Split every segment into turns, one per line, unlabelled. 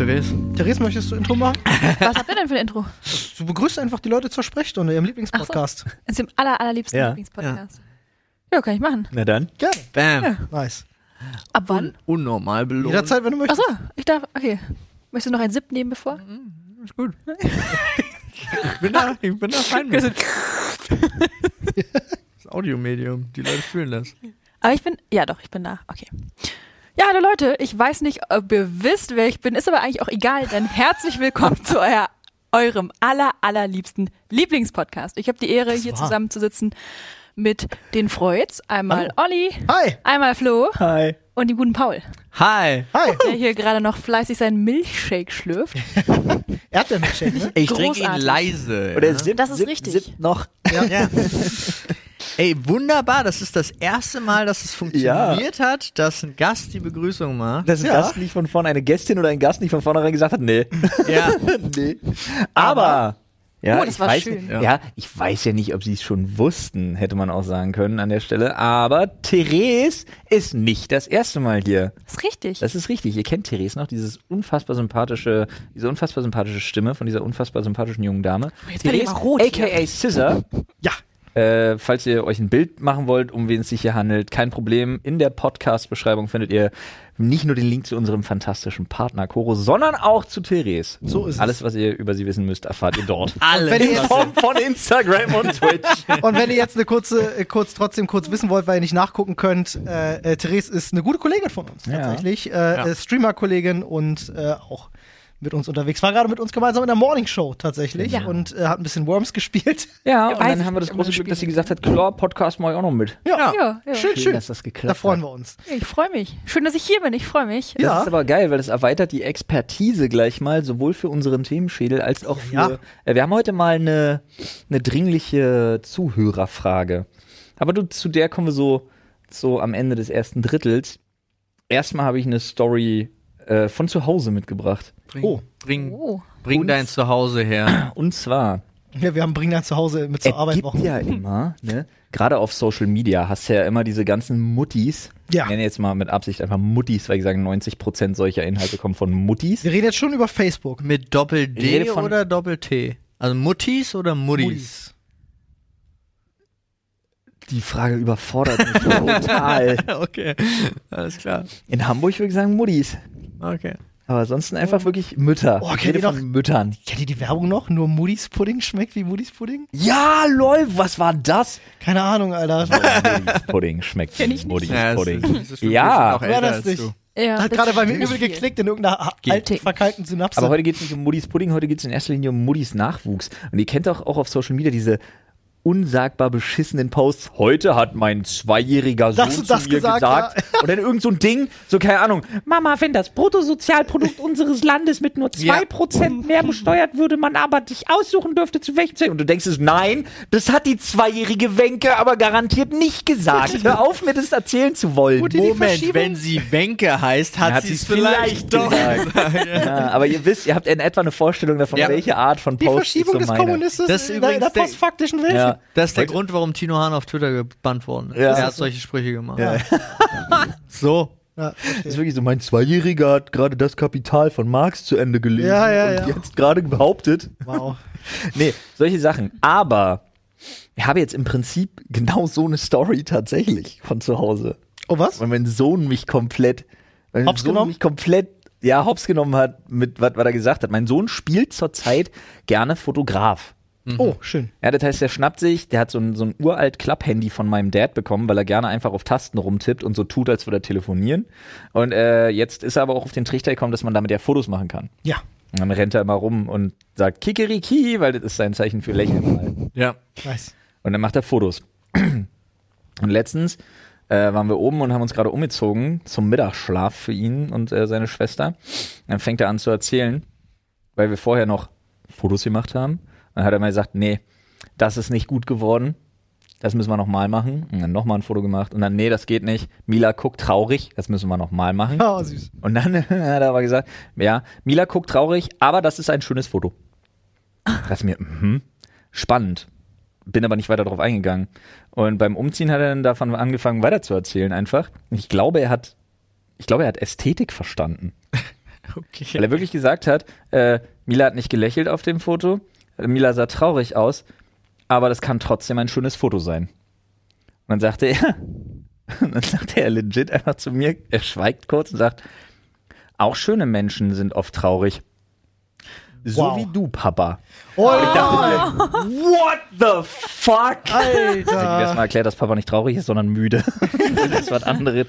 Therese, möchtest du Intro machen?
Ah. Was habt ihr denn für ein Intro?
Du begrüßt einfach die Leute zur Sprechstunde, ihrem Lieblingspodcast.
Ist im aller, allerliebsten
Ja.
Lieblingspodcast. Ja. kann ich machen.
Na dann.
Gerne.
Bam.
Nice.
Ab wann?
Unnormal belohnt.
Jederzeit, wenn du möchtest.
Achso, ich darf, okay. Möchtest du noch einen Sip nehmen bevor?
Ist gut. Ich bin da, ich bin da fein mit. Das Audiomedium, die Leute fühlen das.
Aber ich bin, ja doch, ich bin da. Okay. Ja, hallo Leute, ich weiß nicht, ob ihr wisst, wer ich bin, ist aber eigentlich auch egal, denn herzlich willkommen zu euer, eurem aller, allerliebsten Lieblingspodcast. Ich habe die Ehre, hier
war-
zusammenzusitzen mit den Freuds. Einmal Olli,
Hi.
einmal Flo
Hi.
und dem guten Paul,
Hi.
Hi.
der hier gerade noch fleißig seinen Milchshake schlürft.
Erdbeermilchshake, ne?
Ich
Großartig.
trinke ihn leise.
Oder
ja?
sippt,
Das ist
sippt,
richtig.
sippt noch.
Ja. Ey, wunderbar. Das ist das erste Mal, dass es funktioniert hat, dass ein Gast die Begrüßung macht.
Dass ein
Ja.
Gast nicht von vorne, eine Gästin oder ein Gast nicht von vornherein gesagt hat, nee.
Ja.
nee. Aber. Ja,
Oh, das
ich
war
weiß,
schön.
Ja. ich weiß ja nicht, ob sie es schon wussten, hätte man auch sagen können an der Stelle. Aber Therese ist nicht das erste Mal hier.
ist richtig.
Das ist richtig. Ihr kennt Therese noch, dieses unfassbar sympathische, diese unfassbar sympathische Stimme von dieser unfassbar sympathischen jungen Dame.
jetzt werde ich mal rot hier.
aka Scissor.
Ja.
Äh, falls ihr euch ein Bild machen wollt, um wen es sich hier handelt, kein Problem. In der Podcast-Beschreibung findet ihr nicht nur den Link zu unserem fantastischen Partner Koro, sondern auch zu Therese.
So ist es.
Alles, was ihr über sie wissen müsst, erfahrt ihr dort.
Wenn ihr
Alle.
jetzt-
Form von Instagram und Twitch.
Und wenn ihr jetzt eine kurze, äh, kurz trotzdem kurz wissen wollt, weil ihr nicht nachgucken könnt, äh, äh, Therese ist eine gute Kollegin von uns
Ja.
tatsächlich. Äh, äh, Streamer-Kollegin und äh, auch mit uns unterwegs. War gerade mit uns gemeinsam in der Morning Show tatsächlich
Ja.
und äh, hat ein bisschen Worms gespielt.
Ja,
Ja, und
weiß
dann
ich
haben wir das
nicht, ob man
große Glück,
spielen
dass sie gesagt hat, klar, Podcast mache ich auch noch mit.
Ja.
Ja, ja.
Schön, schön.
dass das geklappt
Da freuen
hat.
wir uns.
Ich freue mich. Schön, dass ich hier bin. Ich freue mich.
Das
Ja.
ist aber geil, weil das erweitert die Expertise gleich mal, sowohl für unseren Themenschädel als auch für.
Ja, ja.
Äh, Wir haben heute mal eine, eine dringliche Zuhörerfrage. Aber du, zu der kommen wir so, so am Ende des ersten Drittels. Erstmal habe ich eine Story äh, von zu Hause mitgebracht.
Bring,
Oh.
bring,
Oh.
bring dein Zuhause her.
Und zwar,
Ja, wir haben Bring dein Zuhause mit zur
es
Arbeit
Äh, gibt
Wochen.
ja immer, ne, gerade auf Social Media hast du ja immer diese ganzen Muttis.
Ja.
Ich nenne jetzt mal mit Absicht einfach Muttis, weil ich sage, 90% solcher Inhalte kommen von Muttis.
Wir reden jetzt schon über Facebook.
Mit
Ich
Doppel-D
rede von-
oder Doppel-T? Also Muttis oder Muttis?
Die Frage überfordert mich total.
Okay. Alles klar.
In Hamburg würde ich sagen Muttis.
Okay.
Aber ansonsten einfach wirklich Mütter.
Oh,
ich
kennt
rede
ihr
von
noch-
Müttern.
Kennt ihr die Werbung noch? Nur Moody's Pudding schmeckt wie Moody's Pudding?
Ja, lol, was war das?
Keine Ahnung,
Also,
Alter.
Muddies Oh, Pudding schmeckt
Kenn ich nicht.
Muddies
Ja, es ist-
Pudding.
es ist wirklich
Ja,
noch älter
das
als
nicht?
du.
Ja,
Hat
das
gerade bei mir
stimmt
übel
viel.
geklickt in irgendeiner ha- alten,
Geht.
verkalkten Synapse.
Aber heute geht es nicht um Muddies Pudding, heute geht es in erster Linie um Muddies Nachwuchs. Und ihr kennt auch, auch auf Social Media diese unsagbar beschissenen Posts. Heute hat mein zweijähriger Sohn
Das und
zu
das
mir
gesagt,
gesagt. Und dann irgend so ein Ding, so keine Ahnung.
Mama, wenn das Bruttosozialprodukt unseres Landes mit nur 2% mehr besteuert würde, man aber dich aussuchen dürfte, zu welchem Zweck.
Und du denkst es, nein, das hat die zweijährige Wenke aber garantiert nicht gesagt. Hör auf, mir das erzählen zu wollen.
Gut, die
Moment,
Verschiebung-
wenn sie Wenke heißt, hat,
Hat
sie es
sie's
vielleicht,
vielleicht
doch.
Ja, aber ihr wisst, ihr habt in etwa eine Vorstellung davon,
Ja.
welche Art von
die
Post
Verschiebung
ist
des
so meine.
Kommunismus
Das ist
in, der, in der
übrigens der-
postfaktischen Welt.
Ja.
Das ist der Grund, warum Tino Hahn auf Twitter gebannt worden ist.
Ja.
Er hat solche Sprüche gemacht. So.
Ja,
Das ist wirklich so, mein Zweijähriger hat gerade das Kapital von Marx zu Ende gelesen
Ja, ja, ja.
und jetzt gerade behauptet.
wow.
Nee, solche Sachen. Aber ich habe jetzt im Prinzip genau so eine Story tatsächlich von zu Hause.
Oh, was?
Weil mein Sohn mich komplett, weil mein
Hops
Sohn
genommen?
mich komplett, ja, hops genommen hat, mit was, was er gesagt hat. Mein Sohn spielt zurzeit gerne Fotograf.
Oh, schön.
Ja, das heißt, der schnappt sich, der hat so ein, so ein uralt Klapphandy von meinem Dad bekommen, weil er gerne einfach auf Tasten rumtippt und so tut, als würde er telefonieren. Und äh, jetzt ist er aber auch auf den Trichter gekommen, dass man damit ja Fotos machen kann.
Ja.
Und dann rennt er immer rum und sagt Kikeriki, weil das ist sein Zeichen für Lächeln. Halt.
Ja.
Nice.
Und dann macht er Fotos. Und letztens äh, waren wir oben und haben uns gerade umgezogen zum Mittagsschlaf für ihn und äh, seine Schwester. Dann fängt er an zu erzählen, weil wir vorher noch Fotos gemacht haben. Dann hat er mal gesagt, nee, das ist nicht gut geworden. Das müssen wir nochmal machen. Und dann nochmal ein Foto gemacht. Und dann, nee, das geht nicht. Mila guckt traurig. Das müssen wir nochmal machen.
Ja, süß.
Und dann hat er aber gesagt, ja, Mila guckt traurig, aber das ist ein schönes Foto. Das mir, mhm, spannend. Bin aber nicht weiter darauf eingegangen. Und beim Umziehen hat er dann davon angefangen, weiter zu erzählen einfach. Ich glaube, er hat, ich glaube, er hat Ästhetik verstanden.
Okay.
Weil er wirklich gesagt hat, äh, Mila hat nicht gelächelt auf dem Foto, äh, Mila sah traurig aus, aber das kann trotzdem ein schönes Foto sein. Und dann sagte er, und dann sagte er legit einfach zu mir, er schweigt kurz und sagt, auch schöne Menschen sind oft traurig. So
Wow.
wie du, Papa.
Oh,
What the fuck? Deswegen
Alter.
erstmal erklärt, dass Papa nicht traurig ist, sondern müde. das ist was anderes.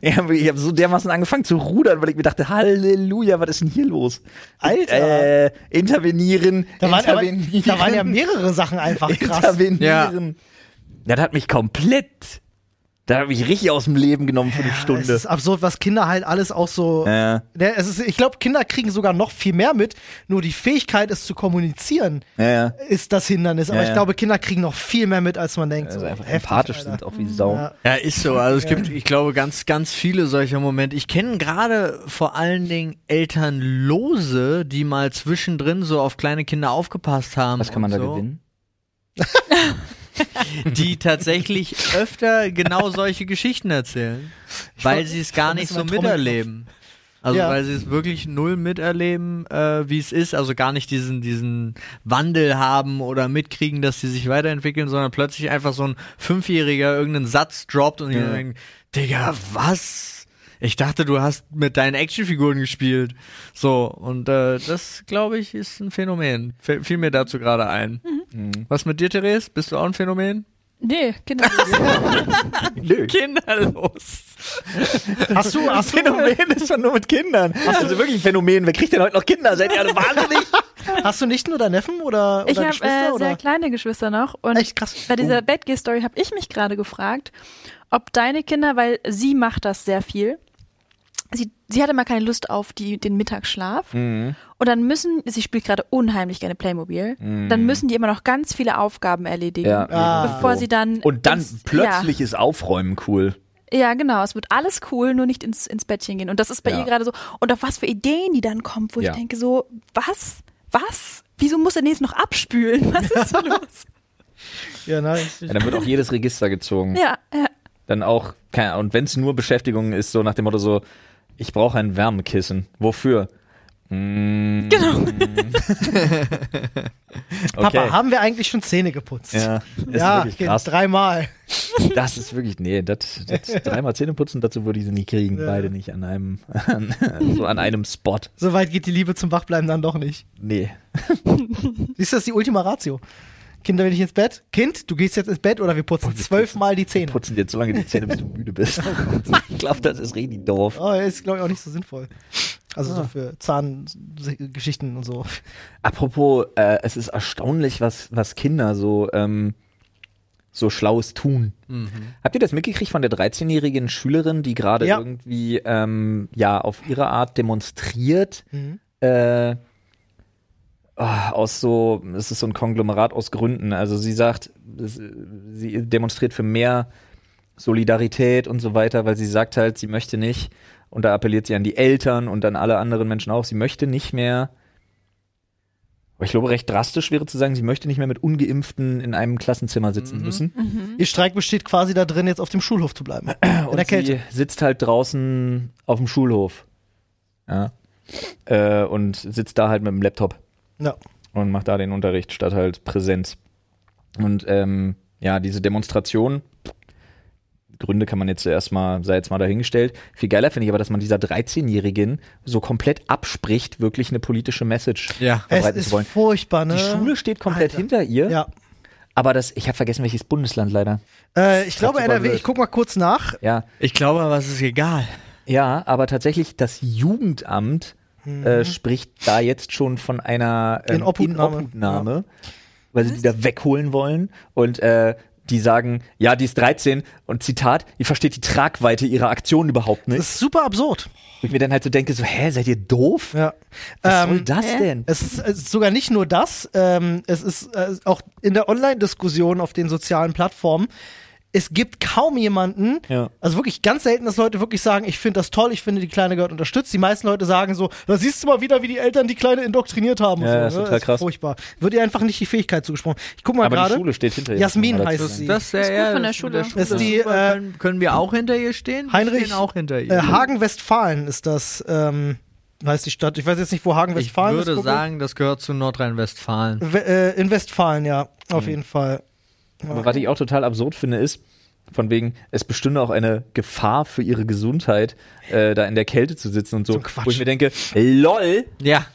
ich habe hab so dermaßen angefangen zu rudern, weil ich mir dachte, Halleluja, was ist denn hier los?
Alter.
Äh, intervenieren,
Da waren, aber,
intervenieren,
da waren ja mehrere Sachen einfach krass.
intervenieren. Ja. Das hat mich komplett, da hat mich richtig aus dem Leben genommen für eine
Es
Stunde.
ist absurd, was Kinder halt alles auch so.
Ja.
Ne, Es ist, ich glaube, Kinder kriegen sogar noch viel mehr mit. Nur die Fähigkeit, es zu kommunizieren,
Ja, ja.
ist das Hindernis. Aber
Ja,
ich
ja.
glaube, Kinder kriegen noch viel mehr mit, als man denkt.
Also
So,
einfach
heftig,
empathisch
Alter.
sind auch wie Sau.
Ja.
Ja, ist so. Also es gibt, ich glaube, ganz, ganz viele solcher Momente. Ich kenne gerade vor allen Dingen Elternlose, die mal zwischendrin so auf kleine Kinder aufgepasst haben.
Was kann man
und
da
so,
gewinnen?
Die tatsächlich öfter genau solche Geschichten erzählen, weil sie es gar
vermisse
nicht so
meinen Trommelkopf.
miterleben. Also
Ja.
weil sie es wirklich null miterleben, äh, wie es ist. Also gar nicht diesen, diesen Wandel haben oder mitkriegen, dass sie sich weiterentwickeln, sondern plötzlich einfach so ein Fünfjähriger irgendeinen Satz droppt und die denken, Digga, was? Ich dachte, du hast mit deinen Actionfiguren gespielt. So, und äh, das, glaube ich, ist ein Phänomen. F fiel mir dazu gerade ein. Was mit dir, Therese? Bist du auch ein Phänomen?
Nee, genau. Kinder.
Nö.
Kinderlos.
Hast du, hast du,
Phänomen ist man nur mit Kindern. Also wirklich ein Phänomen. Wer kriegt denn heute noch Kinder? Seid ihr alle wahnsinnig?
hast du nicht nur deinen Neffen oder, oder
Ich habe
Geschwister?
äh,
oder?
sehr kleine Geschwister noch und
Echt krass. Oh.
bei dieser Bad Gear Story habe ich mich gerade gefragt, ob deine Kinder, weil sie macht das sehr viel. Sie, sie hatte mal keine Lust auf die, den Mittagsschlaf.
Mhm.
Und dann müssen, sie spielt gerade unheimlich gerne Playmobil,
Mhm.
dann müssen die immer noch ganz viele Aufgaben erledigen.
Ah.
Bevor sie dann.
Und dann
ins-
plötzlich ist Aufräumen cool.
Ja, ja, genau. Es wird alles cool, nur nicht ins, ins Bettchen gehen. Und das ist bei
Ja.
ihr gerade so. Und auf was für Ideen die dann kommen, wo
Ja.
ich denke, so, was? Was? Wieso muss er jetzt noch abspülen? Was ist los?
Ja, nein. ich-
Ja, dann wird auch jedes Register gezogen.
ja, ja.
Dann auch, keine Ahnung, und wenn es nur Beschäftigung ist, so nach dem Motto so, ich brauche ein Wärmekissen. Wofür? Mm,
Genau.
okay.
Papa, haben wir eigentlich schon Zähne geputzt?
ja, das
Ja,
ist wirklich krass.
dreimal.
Das ist wirklich, nee, das, das dreimal Zähne putzen, dazu würde ich sie nie kriegen. Beide nicht an einem, an, so an einem Spot.
Soweit geht die Liebe zum Wachbleiben dann doch nicht.
Nee.
Ist das die Ultima Ratio? Kinder, will ich ins Bett? Kind, du gehst jetzt ins Bett oder wir putzen zwölfmal die Zähne.
Oh, Putzen dir jetzt so lange die Zähne, bis du müde bist. ich glaube, das ist richtig doof.
Oh, ist, glaube ich, auch nicht so sinnvoll. Also
Ah.
so für Zahngeschichten und so.
Apropos, äh, es ist erstaunlich, was, was Kinder so, ähm, so Schlaues tun. Habt ihr das mitgekriegt von der 13-jährigen Schülerin, die gerade
Ja.
irgendwie ähm, ja, auf ihre Art demonstriert? Äh, ah, aus so, es ist so ein Konglomerat aus Gründen. Also sie sagt, es- sie demonstriert für mehr Solidarität und so weiter, weil sie sagt halt, sie möchte nicht, und da appelliert sie an die Eltern und an alle anderen Menschen auch, sie möchte nicht mehr, aber ich glaube, recht drastisch wäre zu sagen, sie möchte nicht mehr mit Ungeimpften in einem Klassenzimmer sitzen
Mhm.
müssen.
Mhm.
Ihr Streik besteht quasi da drin, jetzt auf dem Schulhof zu bleiben. In der
Und
Kälte.
sie sitzt halt draußen auf dem Schulhof. Ja. Äh, und sitzt da halt mit dem Laptop
Ja.
und macht da den Unterricht statt halt Präsenz. Und ähm, ja, diese Demonstration, Gründe kann man jetzt erstmal, sei jetzt mal dahingestellt. Viel geiler finde ich aber, dass man dieser 13-Jährigen so komplett abspricht, wirklich eine politische Message
Ja.
Es
verbreiten
ist
zu wollen.
furchtbar, ne?
Die Schule ne? steht komplett
Alter.
hinter ihr,
Ja.
aber das, ich habe vergessen, welches Bundesland leider.
Äh, ich glaube,
super
NRW,
blöd.
ich guck mal kurz nach.
Ja,
Ich glaube aber, es ist egal.
ja, aber tatsächlich das Jugendamt
Mhm.
äh, spricht da jetzt schon von einer ähm,
Inobhutnahme.
Inobhutnahme, weil sie die da wegholen wollen und äh, die sagen, ja, die ist 13 und Zitat, die versteht die Tragweite ihrer Aktion überhaupt nicht.
Das ist super absurd.
Wo ich mir dann halt so denke, so, hä, seid ihr doof?
Ja.
Was soll
Ähm,
das
Hä?
denn?
es, ist, es ist sogar nicht nur das, ähm, es ist äh, auch in der Online-Diskussion auf den sozialen Plattformen. Es gibt kaum jemanden,
Ja.
also wirklich ganz selten, dass Leute wirklich sagen, ich finde das toll, ich finde, die Kleine gehört unterstützt. Die meisten Leute sagen so, da siehst du mal wieder, wie die Eltern die Kleine indoktriniert haben. und
Ja,
so,
ja, ist
ne?
total krass.
furchtbar. Wird ihr einfach nicht die Fähigkeit zugesprochen. Ich guck mal
Aber die
gerade.
Schule steht hinter ihr.
Jasmin
muss man
heißt
dazu
es.
sagen.
Das
Ist
ist
gut
ja,
von
das
der
ist ähm, mit
Schule.
Ist die,
Super,
äh,
können, können wir auch hinter ihr stehen? Wir
Heinrich
stehen auch hinter ihr.
Äh, Hagen-Westfalen ist das ähm, heißt die Stadt. Ich weiß jetzt nicht, wo
Ich
Hagen-Westfalen ist.
würde
Guck mal.
sagen, das gehört zu Nordrhein-Westfalen.
We- äh, in Westfalen, ja, auf jeden Fall.
Aber was ich auch total absurd finde, ist, von wegen, es bestünde auch eine Gefahr für ihre Gesundheit, äh, da in der Kälte zu sitzen und so.
ein Quatsch.
Wo ich mir denke, lol,
Ja.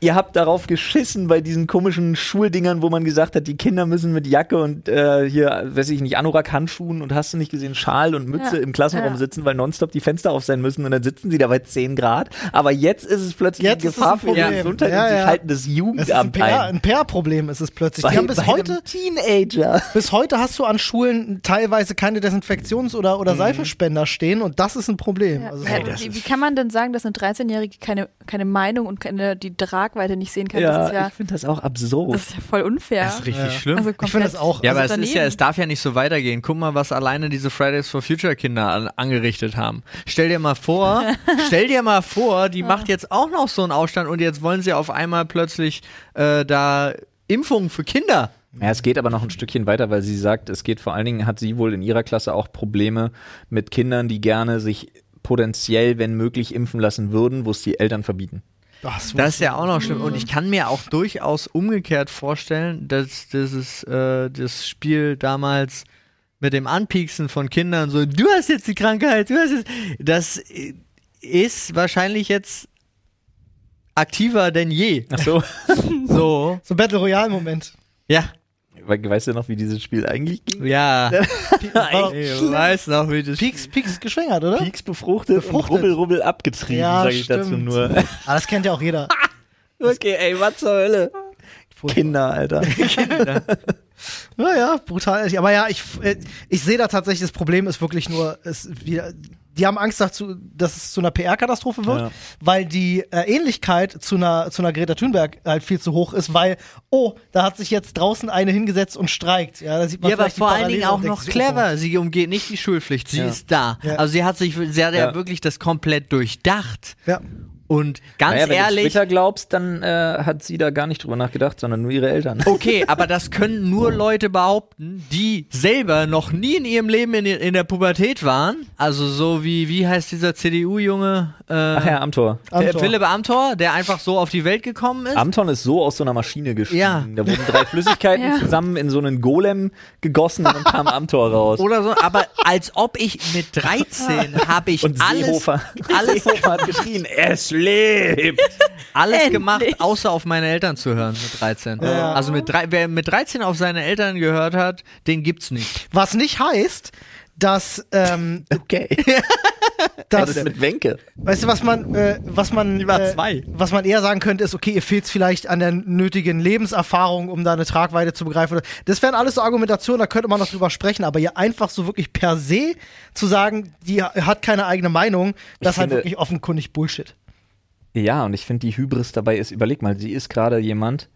ihr habt darauf geschissen bei diesen komischen Schuldingern, wo man gesagt hat, die Kinder müssen mit Jacke und äh, hier, weiß ich nicht, Anorak-Handschuhen und hast du nicht gesehen, Schal und Mütze
Ja,
im Klassenraum
ja.
sitzen, weil nonstop die Fenster auf sein müssen und dann sitzen sie da bei 10 Grad. Aber jetzt ist es plötzlich
Jetzt
eine
ist es
Gefahr
ein
für ihre
Problem.
Gesundheit
Ja,
und sie
ja.
schalten das
Es ist ein
Jugendamt
PR
ein.
ein PR-Problem ist es plötzlich. die haben bis
bei einem
heute,
Teenager.
bis heute hast du an Schulen teilweise keine Desinfektions- oder, oder Seifespender stehen und das ist ein Problem.
Ja.
Also,
Ja,
sorry.
wie, wie kann man denn sagen, dass eine 13-Jährige keine, keine Meinung und keine, die Tragweite nicht sehen kann? das, ist
Ja,
ja,
ich finde das auch absurd.
das ist ja voll unfair.
Das ist richtig
Ja.
schlimm.
Also
ich finde
komplett-
das auch.
ja,
also
aber es ist
daneben.
ja, es darf ja nicht so weitergehen. Guck mal, was alleine diese Fridays for Future Kinder an, angerichtet haben. Stell dir mal vor, stell dir mal vor, die macht jetzt auch noch so einen Aufstand und jetzt wollen sie auf einmal plötzlich äh, da Impfungen für Kinder.
Ja, es geht aber noch ein Stückchen weiter, weil sie sagt, es geht vor allen Dingen, hat sie wohl in ihrer Klasse auch Probleme mit Kindern, die gerne sich potenziell, wenn möglich, impfen lassen würden, wo es die Eltern verbieten.
Das,
Das ist ja auch noch schlimm. Und ich kann mir auch durchaus umgekehrt vorstellen, dass dieses äh, das Spiel damals mit dem Anpieksen von Kindern so, du hast jetzt die Krankheit, du hast jetzt, das äh, ist wahrscheinlich jetzt aktiver denn je.
Ach so.
So,
so Battle Royale-Moment.
ja,
We weißt du noch, wie dieses Spiel eigentlich ging?
ja.
War doch-
Ich weiß noch, wie das.
Pieks, Pieks geschwängert, oder?
Pieks befruchtet,
Befruchtet.
und Rubbel, Rubbel abgetrieben,
Ja,
sage ich dazu
stimmt.
nur.
Ah, das kennt ja auch jeder.
okay, ey, was zur Hölle? Kinder, Alter.
Ja, ja, brutal. ehrlich. Aber ja, ich, äh, ich sehe da tatsächlich, das Problem ist wirklich nur, es, wir, die haben Angst dazu, dass es zu einer PR-Katastrophe wird,
Ja.
weil die äh, Ähnlichkeit zu einer, zu einer Greta Thunberg halt viel zu hoch ist, weil, oh, da hat sich jetzt draußen eine hingesetzt und streikt. Ja, da sieht man
Ja, aber
vielleicht die
vor allen
Parallele
Dingen auch
und denkt
noch
sich, oh,
clever. Sie umgeht nicht die Schulpflicht, sie
Ja.
ist da.
Ja.
Also sie hat sich, sie hat ja,
Ja.
wirklich das komplett durchdacht.
Ja.
Und ganz
naja, wenn du
ehrlich,
Twitter glaubst, dann äh, hat sie da gar nicht drüber nachgedacht, sondern nur ihre Eltern.
Okay, aber das können nur Leute behaupten, die selber noch nie in ihrem Leben in, in der Pubertät waren. Also so wie, wie heißt dieser CDU-Junge? Äh,
Ach ja, Amtor.
Der
Amthor.
Äh, Philipp Amthor, der einfach so auf die Welt gekommen ist.
Amton ist so aus so einer Maschine gestiegen.
Ja.
Da wurden drei Flüssigkeiten
Ja.
zusammen in so einen Golem gegossen und dann kam Amtor raus.
oder so, aber als ob ich mit 13 habe ich
und
alles,
Seehofer,
alles,
Seehofer hat geschrien, es lebt.
alles gemacht, außer auf meine Eltern zu hören mit 13.
Ja.
Also mit drei, wer mit 13 auf seine Eltern gehört hat, den gibt's nicht.
Was nicht heißt, dass, ähm,
Okay. Was
dass
ist mit Wenke?
Weißt du, was man, äh, was man,
Die war
äh,
zwei.
was man eher sagen könnte, ist, okay, ihr fehlt vielleicht an der nötigen Lebenserfahrung, um da eine Tragweite zu begreifen. Das wären alles so Argumentationen, da könnte man noch drüber sprechen, aber ihr einfach so wirklich per se zu sagen, die hat keine eigene Meinung, das ist halt
finde-
wirklich offenkundig Bullshit.
Ja, und ich finde, die Hybris dabei ist, überleg mal, sie ist gerade jemand,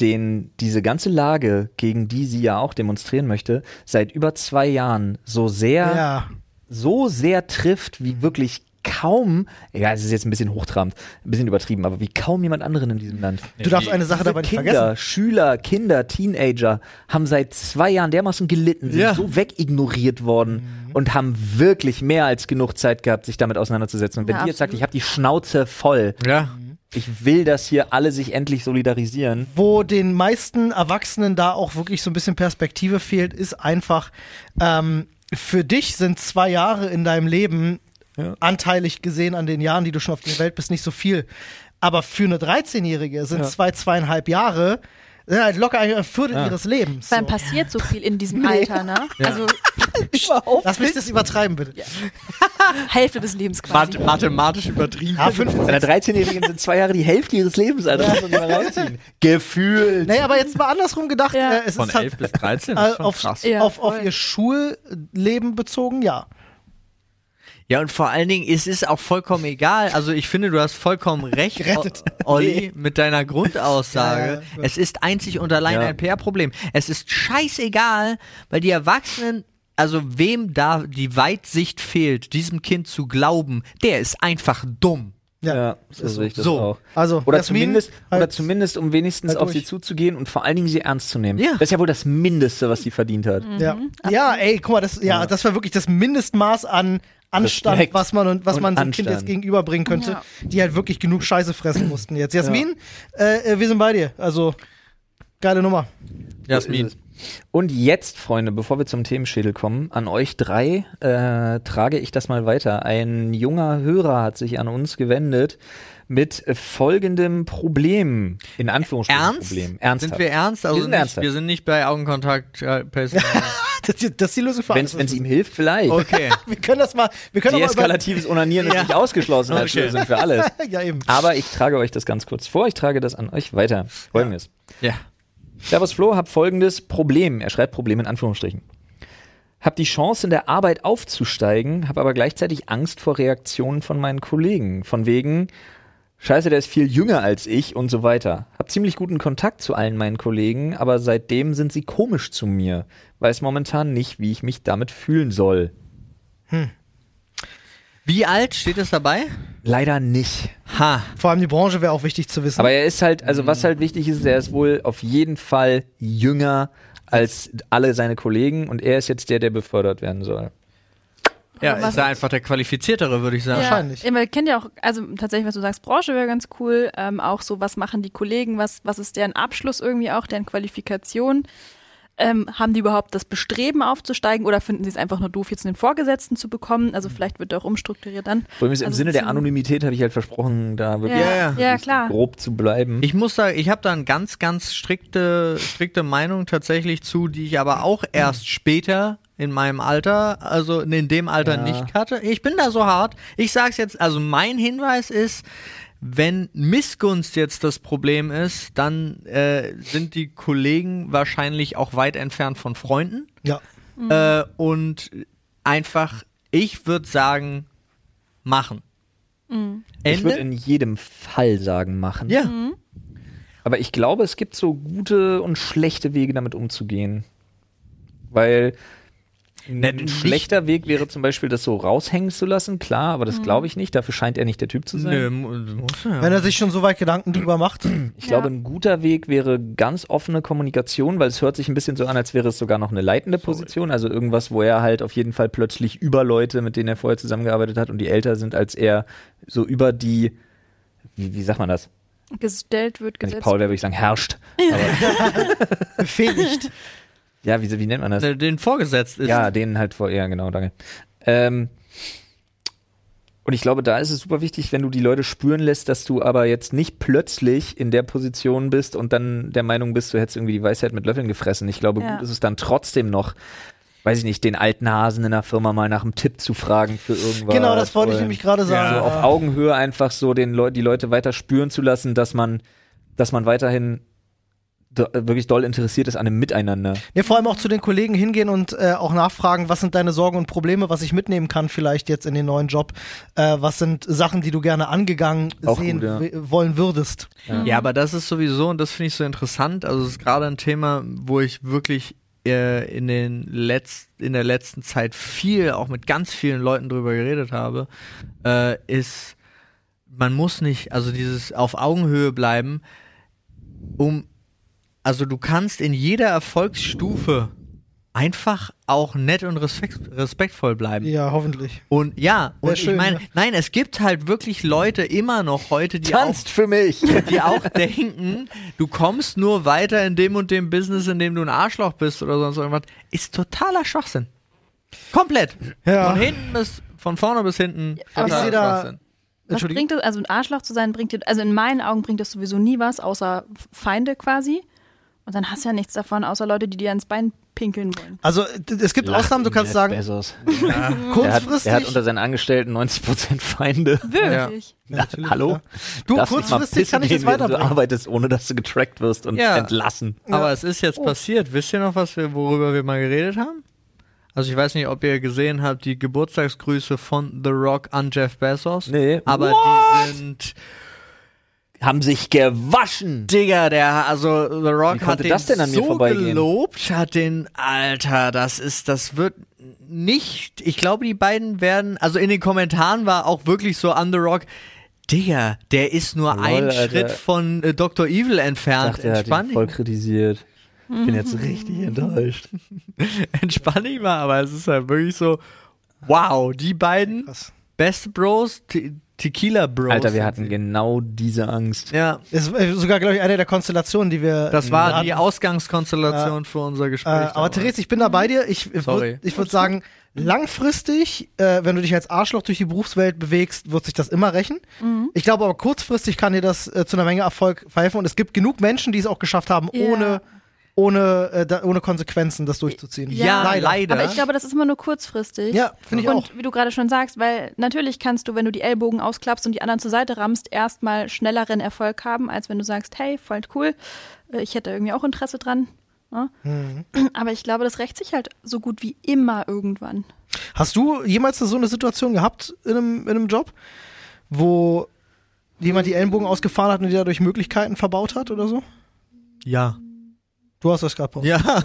den diese ganze Lage, gegen die sie ja auch demonstrieren möchte, seit über zwei Jahren so sehr
Ja.
so sehr trifft, wie wirklich kaum, ja, es ist jetzt ein bisschen hochtrabend, ein bisschen übertrieben, aber wie kaum jemand anderen in diesem Land.
Du darfst eine Sache dabei nicht
Kinder,
vergessen.
Schüler, Kinder, Teenager haben seit zwei Jahren dermaßen gelitten, sind
Ja.
so wegignoriert worden
Mhm.
und haben wirklich mehr als genug Zeit gehabt, sich damit auseinanderzusetzen. Und wenn
Ja,
die jetzt sagt, ich habe die Schnauze voll,
Ja.
Mhm.
ich will, dass hier alle sich endlich solidarisieren.
Wo den meisten Erwachsenen da auch wirklich so ein bisschen Perspektive fehlt, ist einfach, ähm, für dich sind zwei Jahre in deinem Leben anteilig gesehen an den Jahren, die du schon auf der Welt bist, nicht so viel. Aber für eine 13-Jährige sind zwei, zweieinhalb Jahre sind halt locker ein Viertel ihres Lebens.
Vor allem
So.
passiert so viel in diesem Alter, ne? Also
Lass mich das übertreiben, bitte.
Hälfte des Lebens quasi.
Math mathematisch übertrieben.
Ja, fünf.
Bei einer 13-Jährigen sind zwei Jahre die Hälfte ihres Lebens, Alter. Das muss man mal rausziehen. Gefühlt.
Naja, aber jetzt mal andersrum gedacht,
Ja.
äh, es
Von
ist halt
11 bis 13
äh,
ist schon
auf,
krass.
Ja,
auf, auf
voll.
ihr Schulleben bezogen, ja.
Ja, und vor allen Dingen, es ist auch vollkommen egal. Also ich finde, du hast vollkommen recht,
Gerettet.
O- Olli, mit deiner Grundaussage.
Ja, ja, ja.
Es ist einzig und allein
Ja.
ein PR-Problem. Es ist scheißegal, weil die Erwachsenen, also wem da die Weitsicht fehlt, diesem Kind zu glauben, der ist einfach dumm.
Ja,
Ja, so sehe ich das
So.
auch.
Also,
Oder
Jasmin,
zumindest,
halt-
oder zumindest, um wenigstens
halt
auf
durch.
sie zuzugehen und vor allen Dingen sie ernst zu nehmen.
Ja.
Das ist ja wohl das Mindeste, was sie verdient hat.
Ja. ja, ey, guck mal, das, ja, das war wirklich das Mindestmaß an Anstand,
Respekt
was man und was
und
man so einem Kind jetzt
Anstand.
gegenüberbringen könnte,
Ja.
die halt wirklich genug Scheiße fressen mussten jetzt. Jasmin, äh, äh, wir sind bei dir. Also geile Nummer.
Jasmin.
ist Und jetzt, Freunde, bevor wir zum Themenschädel kommen, an euch drei äh, trage ich das mal weiter. Ein junger Hörer hat sich an uns gewendet mit folgendem Problem. In Anführungsstrichen
Ernst?
Problem.
Sind wir ernst? Also
Wir sind
nicht,
ernsthaft.
wir sind nicht bei Augenkontakt. Äh, Personal.
Das, das ist die Lösung für
Wenn
alles.
es ihm hilft, vielleicht.
okay. Genau,
wir können das mal, wir können auch mal
Deeskalatives Onanieren ist
Ja.
nicht ausgeschlossen als
Okay.
Lösung für alles.
über, ja eben.
Aber ich trage euch das ganz kurz vor. Ich trage das an euch weiter. Folgendes.
Ja.
Servus Flo, hab folgendes Problem. Er schreibt Problem in Anführungsstrichen. Hab die Chance in der Arbeit aufzusteigen, hab aber gleichzeitig Angst vor Reaktionen von meinen Kollegen. Von wegen, scheiße, der ist viel jünger als ich und so weiter. Hab ziemlich guten Kontakt zu allen meinen Kollegen, aber seitdem sind sie komisch zu mir. Weiß momentan nicht, wie ich mich damit fühlen soll.
Wie alt steht es dabei?
Leider nicht.
Ha.
Vor allem die Branche wäre auch wichtig zu wissen.
Aber er ist halt, also was halt wichtig ist, er ist wohl auf jeden Fall jünger als alle seine Kollegen und er ist jetzt der, der befördert werden soll.
Ja,
Aber was-
ist da einfach der qualifiziertere, würde ich sagen.
Wahrscheinlich.
Ja, man kennt ja auch, also tatsächlich, was du sagst, Branche wäre ganz cool. Ähm, auch so, was machen die Kollegen, was, was ist deren Abschluss irgendwie auch, deren Qualifikation? Ähm, haben die überhaupt das Bestreben aufzusteigen oder finden sie es einfach nur doof, jetzt einen Vorgesetzten zu bekommen? Also vielleicht wird er auch umstrukturiert dann.
Mhm. Vor allem ist im
Also
Sinne der
zum-
Anonymität habe ich halt versprochen, da
Ja,
wirklich
ja,
Ja,
ja klar.
grob zu bleiben.
Ich muss da, ich habe da eine ganz, ganz strikte, strikte Meinung tatsächlich zu, die ich aber auch erst später in meinem Alter, also in dem Alter nicht hatte. Ich bin da so hart. Ich sag's jetzt, also mein Hinweis ist, wenn Missgunst jetzt das Problem ist, dann äh, sind die Kollegen wahrscheinlich auch weit entfernt von Freunden.
ja.
Äh, und einfach, ich würde sagen, machen. Mhm.
ich würde
Ende.
in jedem Fall sagen, machen.
ja.
Aber ich glaube, es gibt so gute und schlechte Wege, damit umzugehen. Weil ein
nicht-
schlechter Weg wäre zum Beispiel, das so raushängen zu lassen, klar, aber das
Mhm.
glaube ich nicht. Dafür scheint er nicht der Typ zu sein.
Nö, mu- muss ja.
Wenn er sich schon so weit Gedanken drüber macht.
Ich
Ja.
glaube, ein guter Weg wäre ganz offene Kommunikation, weil es hört sich ein bisschen so an, als wäre es sogar noch eine leitende Position. Also irgendwas, wo er halt auf jeden Fall plötzlich über Leute, mit denen er vorher zusammengearbeitet hat und die älter sind als er, so über die, wie, wie sagt man das?
Gestellt wird
Wenn ich
gesetzt.
Paul wäre, würde ich sagen, herrscht.
Befähigt.
Ja, wie, wie nennt man das?
Äh, den vorgesetzt ist.
Ja, denen halt vor, ja, genau, danke. Ähm, und ich glaube, da ist es super wichtig, wenn du die Leute spüren lässt, dass du aber jetzt nicht plötzlich in der Position bist und dann der Meinung bist, du hättest irgendwie die Weisheit mit Löffeln gefressen. Ich glaube,
Ja.
gut ist es dann trotzdem noch, weiß ich nicht, den alten Hasen in der Firma mal nach einem Tipp zu fragen für irgendwas.
Genau, das wollte ich
Und
nämlich Ah. gerade sagen.
Ja,
So auf Augenhöhe einfach so den Leu die Leute weiter spüren zu lassen, dass man, dass man weiterhin do wirklich doll interessiert ist an dem Miteinander.
Ja, vor allem auch zu den Kollegen hingehen und äh, auch nachfragen, was sind deine Sorgen und Probleme, was ich mitnehmen kann vielleicht jetzt in den neuen Job. Äh, was sind Sachen, die du gerne angegangen
Auch
sehen
gut, ja.
w- wollen würdest?
Ja, aber das ist sowieso, und das finde ich so interessant, also es ist gerade ein Thema, wo ich wirklich äh, in, den Letz-, in der letzten Zeit viel, auch mit ganz vielen Leuten drüber geredet habe, äh, ist, man muss nicht, also dieses auf Augenhöhe bleiben, um, also du kannst in jeder Erfolgsstufe einfach auch nett und respekt, respektvoll bleiben.
Ja, hoffentlich.
Und ja,
Wär
und
schön,
ich meine,
ja.
nein, es gibt halt wirklich Leute immer noch heute, die auch
für mich!
die auch denken, du kommst nur weiter in dem und dem Business, in dem du ein Arschloch bist oder sonst irgendwas, ist totaler Schwachsinn. Komplett.
Ja.
Von hinten bis von vorne bis hinten.
aber
totaler
ich seh da-
Schwachsinn.
Was
Entschuldigung.
bringt das, also ein Arschloch zu sein, bringt dir, also in meinen Augen bringt das sowieso nie was, außer Feinde quasi. Und dann hast du ja nichts davon, außer Leute, die dir ans Bein pinkeln wollen.
Also d- es gibt Ausnahmen, du kannst sagen,
Bezos. Er hat,
kurzfristig.
er hat unter seinen Angestellten 90% Feinde.
Wirklich.
Ja, natürlich,
Hallo?
klar. Du,
Darfst nicht mal
kurzfristig kann ich das
pissen gehen, während Du
weiterbringen.
arbeitest, ohne dass du getrackt wirst und
Ja.
entlassen.
Aber es ist jetzt passiert. Wisst ihr noch, was wir, worüber wir mal geredet haben? Also ich weiß nicht, ob ihr gesehen habt, die Geburtstagsgrüße von The Rock an Jeff Bezos.
Nee.
Aber die sind.
Haben sich gewaschen.
Digga, der, also The Rock
Wie
hat
konnte
den
das denn an mir
so
vorbeigehen?
gelobt, hat den, Alter, das ist, das wird nicht, ich glaube, die beiden werden, also in den Kommentaren war auch wirklich so an The Rock, Digga, der ist nur ein
Alter.
Schritt von äh, Dr. Evil entfernt.
Dachte, er hat
entspann,
ihn voll
dich,
kritisiert.
Mhm.
Ich bin jetzt richtig enttäuscht.
entspann dich mal, aber es ist halt wirklich so, Wow, die beiden,
Krass.
Best Bros, Te Tequila Bros.
Alter, wir hatten genau diese Angst.
Ja,
Ist äh, sogar, glaube ich, eine der Konstellationen, die wir.
das
äh,
war
hatten.
die Ausgangskonstellation für unser
Äh,
Gespräch.
aber
damals.
Therese, ich bin da bei dir. Ich äh,
Sorry.
würd- ich würde sagen, langfristig, äh, wenn du dich als Arschloch durch die Berufswelt bewegst, wird sich das immer rächen. Ich glaube aber kurzfristig kann dir das äh, zu einer Menge Erfolg verhelfen. Und es gibt genug Menschen, die es auch geschafft haben,
Ja.
ohne, ohne, äh, da, ohne Konsequenzen das durchzuziehen.
ja, leider.
Aber ich glaube, das ist immer nur kurzfristig.
Ja, finde ich
und
auch.
wie du gerade schon sagst, weil natürlich kannst du, wenn du die Ellbogen ausklappst und die anderen zur Seite rammst, erstmal schnelleren Erfolg haben, als wenn du sagst, hey, voll cool, äh, ich hätte irgendwie auch Interesse dran. ne?
Mhm.
Aber ich glaube, das rächt sich halt so gut wie immer irgendwann.
Hast du jemals so eine Situation gehabt in einem, in einem Job, wo jemand die Ellenbogen ausgefahren hat und dir dadurch Möglichkeiten verbaut hat oder so?
ja.
Du hast das gerade bei uns.
Ja,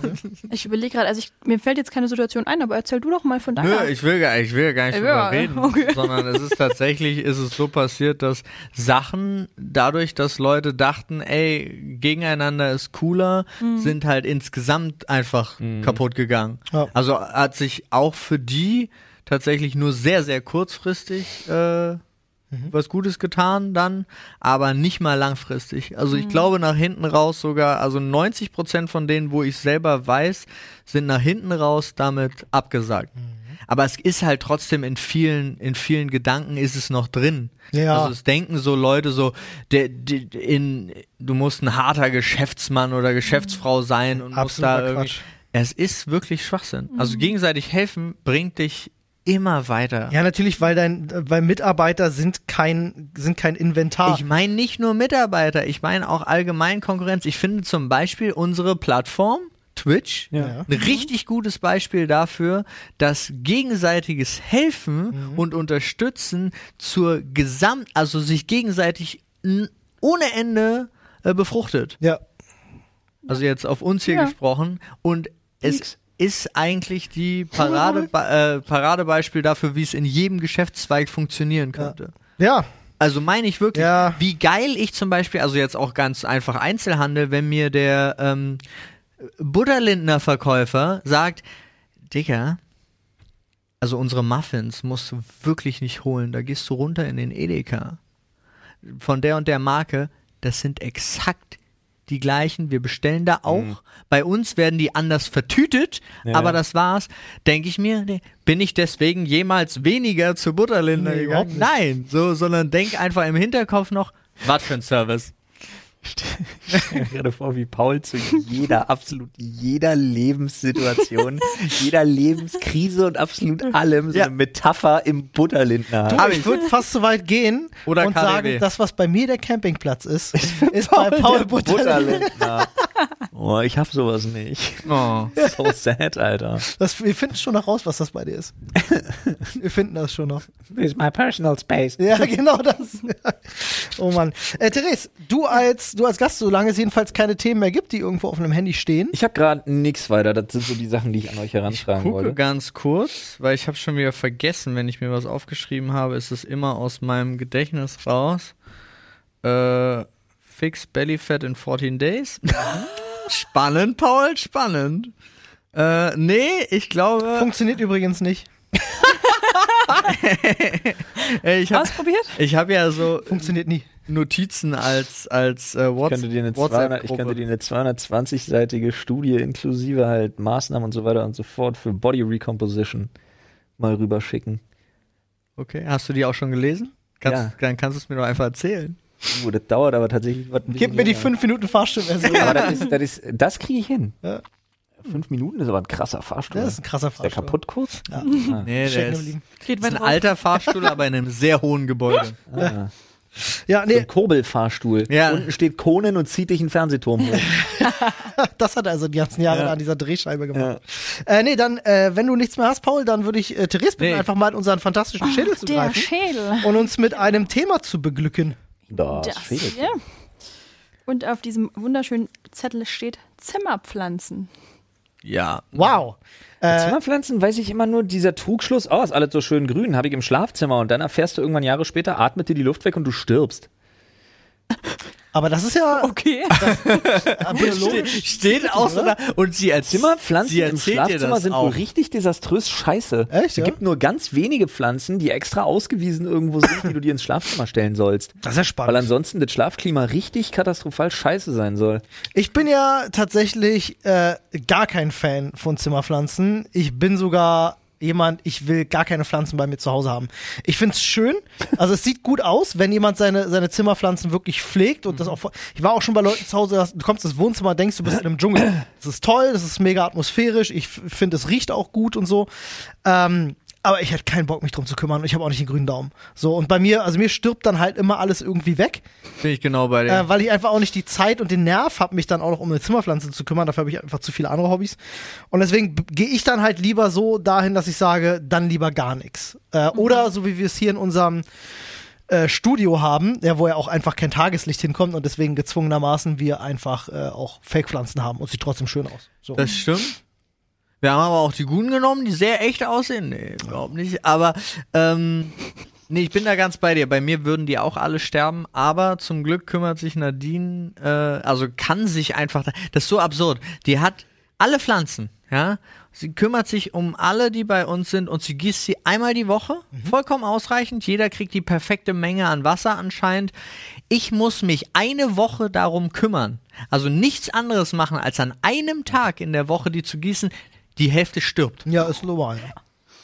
Ich überlege gerade, also ich, mir fällt jetzt keine Situation ein, aber erzähl du doch mal von
Nö,
deiner.
ich will, gar- ich will gar nicht
Ja,
drüber reden,
okay.
sondern es ist tatsächlich, ist es so passiert, dass Sachen dadurch, dass Leute dachten, ey, gegeneinander ist cooler, sind halt insgesamt einfach kaputt gegangen.
Ja.
Also hat sich auch für die tatsächlich nur sehr, sehr kurzfristig äh,
Mhm.
was Gutes getan dann, aber nicht mal langfristig. Also ich
Mhm.
glaube nach hinten raus sogar, also 90 Prozent von denen, wo ich selber weiß, sind nach hinten raus damit abgesagt.
Mhm.
Aber es ist halt trotzdem in vielen, in vielen Gedanken ist es noch drin.
Ja.
Also es denken so Leute so, der, der, in, du musst ein harter Geschäftsmann oder Geschäftsfrau sein und musst
Mhm. Absoluter
da irgendwie,
Quatsch. Mhm.
es ist wirklich Schwachsinn. Also gegenseitig helfen bringt dich immer weiter.
Ja, natürlich, weil dein, weil Mitarbeiter sind kein, sind kein Inventar.
Ich meine nicht nur Mitarbeiter, ich meine auch allgemein Konkurrenz. Ich finde zum Beispiel unsere Plattform Twitch
Ja.
ein richtig gutes Beispiel dafür, dass gegenseitiges Helfen und Unterstützen zur Gesamt, also sich gegenseitig n- ohne Ende äh, befruchtet.
ja.
Also jetzt auf uns hier
Ja.
gesprochen und es ist eigentlich die Parade, äh, Paradebeispiel dafür, wie es in jedem Geschäftszweig funktionieren könnte.
Ja.
Also meine ich wirklich,
Ja.
wie geil ich zum Beispiel, also jetzt auch ganz einfach Einzelhandel, wenn mir der ähm, Butterlindner Verkäufer sagt, Dicker, also unsere Muffins musst du wirklich nicht holen, da gehst du runter in den Edeka. Von der und der Marke, das sind exakt die gleichen, wir bestellen da auch. Bei uns werden die anders vertütet, aber das war's. Denke ich mir, nee, bin ich deswegen jemals weniger zu Butterlindner
Nee, überhaupt
gegangen? Nein, so, sondern denk einfach im Hinterkopf noch, was für ein Service.
Ich stelle mir gerade vor, wie Paul zu jeder, absolut jeder Lebenssituation, jeder Lebenskrise und absolut allem so
Ja.
eine Metapher im Butterlindner hat.
Du,
Hab
ich
ich.
würde fast so weit gehen
Oder
und
KDW.
sagen, das, was bei mir der Campingplatz ist, ist bei Paul Butter.
Butterlindner. Oh, ich hab sowas nicht.
Oh.
So sad, Alter.
Das, wir finden schon noch raus, was das bei dir ist. wir finden das schon noch.
This is my personal space.
Ja, genau das. oh Mann. Äh, Therese, du als, du als Gast, solange es jedenfalls keine Themen mehr gibt, die irgendwo auf einem Handy stehen.
Ich habe gerade nichts weiter. Das sind so die Sachen, die ich an euch herantragen
Gucke
wollte.
ganz kurz, weil ich habe schon wieder vergessen, wenn ich mir was aufgeschrieben habe, ist es immer aus meinem Gedächtnis raus. Äh, fix Belly Fat in 14 Days.
Mhm.
spannend, Paul, spannend. Äh, nee, ich glaube,
Funktioniert übrigens nicht.
äh, ich habe
Ausprobiert?
ich hab ja so
Funktioniert nie.
Notizen als, als äh,
Ich
What's-
könnte dir eine 200 ich könnte dir
WhatsApp-Gruppe.
eine 220-seitige Studie inklusive halt Maßnahmen und so weiter und so fort für Body Recomposition mal rüberschicken.
Okay, hast du die auch schon gelesen? Kannst,
Ja.
Dann kannst du es mir doch einfach erzählen.
Uh, das dauert aber tatsächlich was ein bisschen
Gib mir die
länger.
5 Minuten Fahrstuhlversion.
Aber das, ist, das, ist, das kriege ich hin.
Ja.
Fünf Minuten ist aber ein krasser Fahrstuhl.
Das ist ein krasser
der
Fahrstuhl.
kaputt kurz?
Ja.
Nee, der
Stecken
ist,
geblieben.
Geht
ist ein
weiter.
alter Fahrstuhl, aber in einem sehr hohen Gebäude.
Ah.
Ja,
So
nee,
ein Kurbelfahrstuhl.
Ja.
Unten steht Conan und zieht dich einen Fernsehturm hoch.
das hat er also die ganzen Jahre
Ja.
da an dieser Drehscheibe gemacht. Äh, nee, dann, äh, wenn du nichts mehr hast, Paul, dann würde ich äh, Therese bitten,
Nee.
einfach mal in unseren fantastischen Schädel zu
Der
greifen
Schädel.
und uns mit einem Thema zu beglücken.
Das,
Das
fehlt.
hier. Und auf diesem wunderschönen Zettel steht Zimmerpflanzen.
Ja.
Wow. Äh,
Zimmerpflanzen weiß ich immer nur dieser Trugschluss, oh, ist alles so schön grün, habe ich im Schlafzimmer und dann erfährst du irgendwann Jahre später, atmet dir die Luft weg und du stirbst.
Aber das ist ja
Okay.
biologisch.
Oh, Steht außer da und sie erzählt,
Zimmerpflanzen
sie
im
erzählt dir
Schlafzimmer
das
sind wohl
auch.
richtig desaströs scheiße.
Echt,
es
ja?
gibt nur ganz wenige Pflanzen, die extra ausgewiesen irgendwo sind, die du dir ins Schlafzimmer stellen sollst.
Das ist ja
Weil
spannend.
ansonsten das Schlafklima richtig katastrophal scheiße sein soll.
Ich bin ja tatsächlich äh, gar kein Fan von Zimmerpflanzen. Ich bin sogar jemand, ich will gar keine Pflanzen bei mir zu Hause haben. Ich finde es schön, also es sieht gut aus, wenn jemand seine, seine Zimmerpflanzen wirklich pflegt und das auch vor- ich war auch schon bei Leuten zu Hause, dass- du kommst ins Wohnzimmer, denkst du bist in einem Dschungel. Das ist toll, das ist mega atmosphärisch, ich f- finde es riecht auch gut und so. Ähm, aber ich hätte keinen Bock, mich drum zu kümmern und ich habe auch nicht den grünen Daumen. So, und bei mir, also mir stirbt dann halt immer alles irgendwie weg.
Bin ich genau bei dir.
Äh, weil ich einfach auch nicht die Zeit und den Nerv habe, mich dann auch noch um eine Zimmerpflanze zu kümmern. Dafür habe ich einfach zu viele andere Hobbys. Und deswegen b- gehe ich dann halt lieber so dahin, dass ich sage, dann lieber gar nichts. Äh,
Mhm.
Oder so wie wir es hier in unserem äh, Studio haben, ja, wo ja auch einfach kein Tageslicht hinkommt und deswegen gezwungenermaßen wir einfach äh, auch Fake-Pflanzen haben und sieht trotzdem schön aus. So.
Das stimmt. Wir haben aber auch die guten genommen, die sehr echt aussehen. Nee, überhaupt nicht. Aber ähm, nee, ich bin da ganz bei dir. Bei mir würden die auch alle sterben. Aber zum Glück kümmert sich Nadine, äh, also kann sich einfach. Das ist so absurd. Die hat alle Pflanzen, ja. Sie kümmert sich um alle, die bei uns sind und sie gießt sie einmal die Woche.
Mhm.
Vollkommen ausreichend. Jeder kriegt die perfekte Menge an Wasser anscheinend. Ich muss mich eine Woche darum kümmern. Also nichts anderes machen, als an einem Tag in der Woche die zu gießen. Die Hälfte stirbt.
ja, ist normal.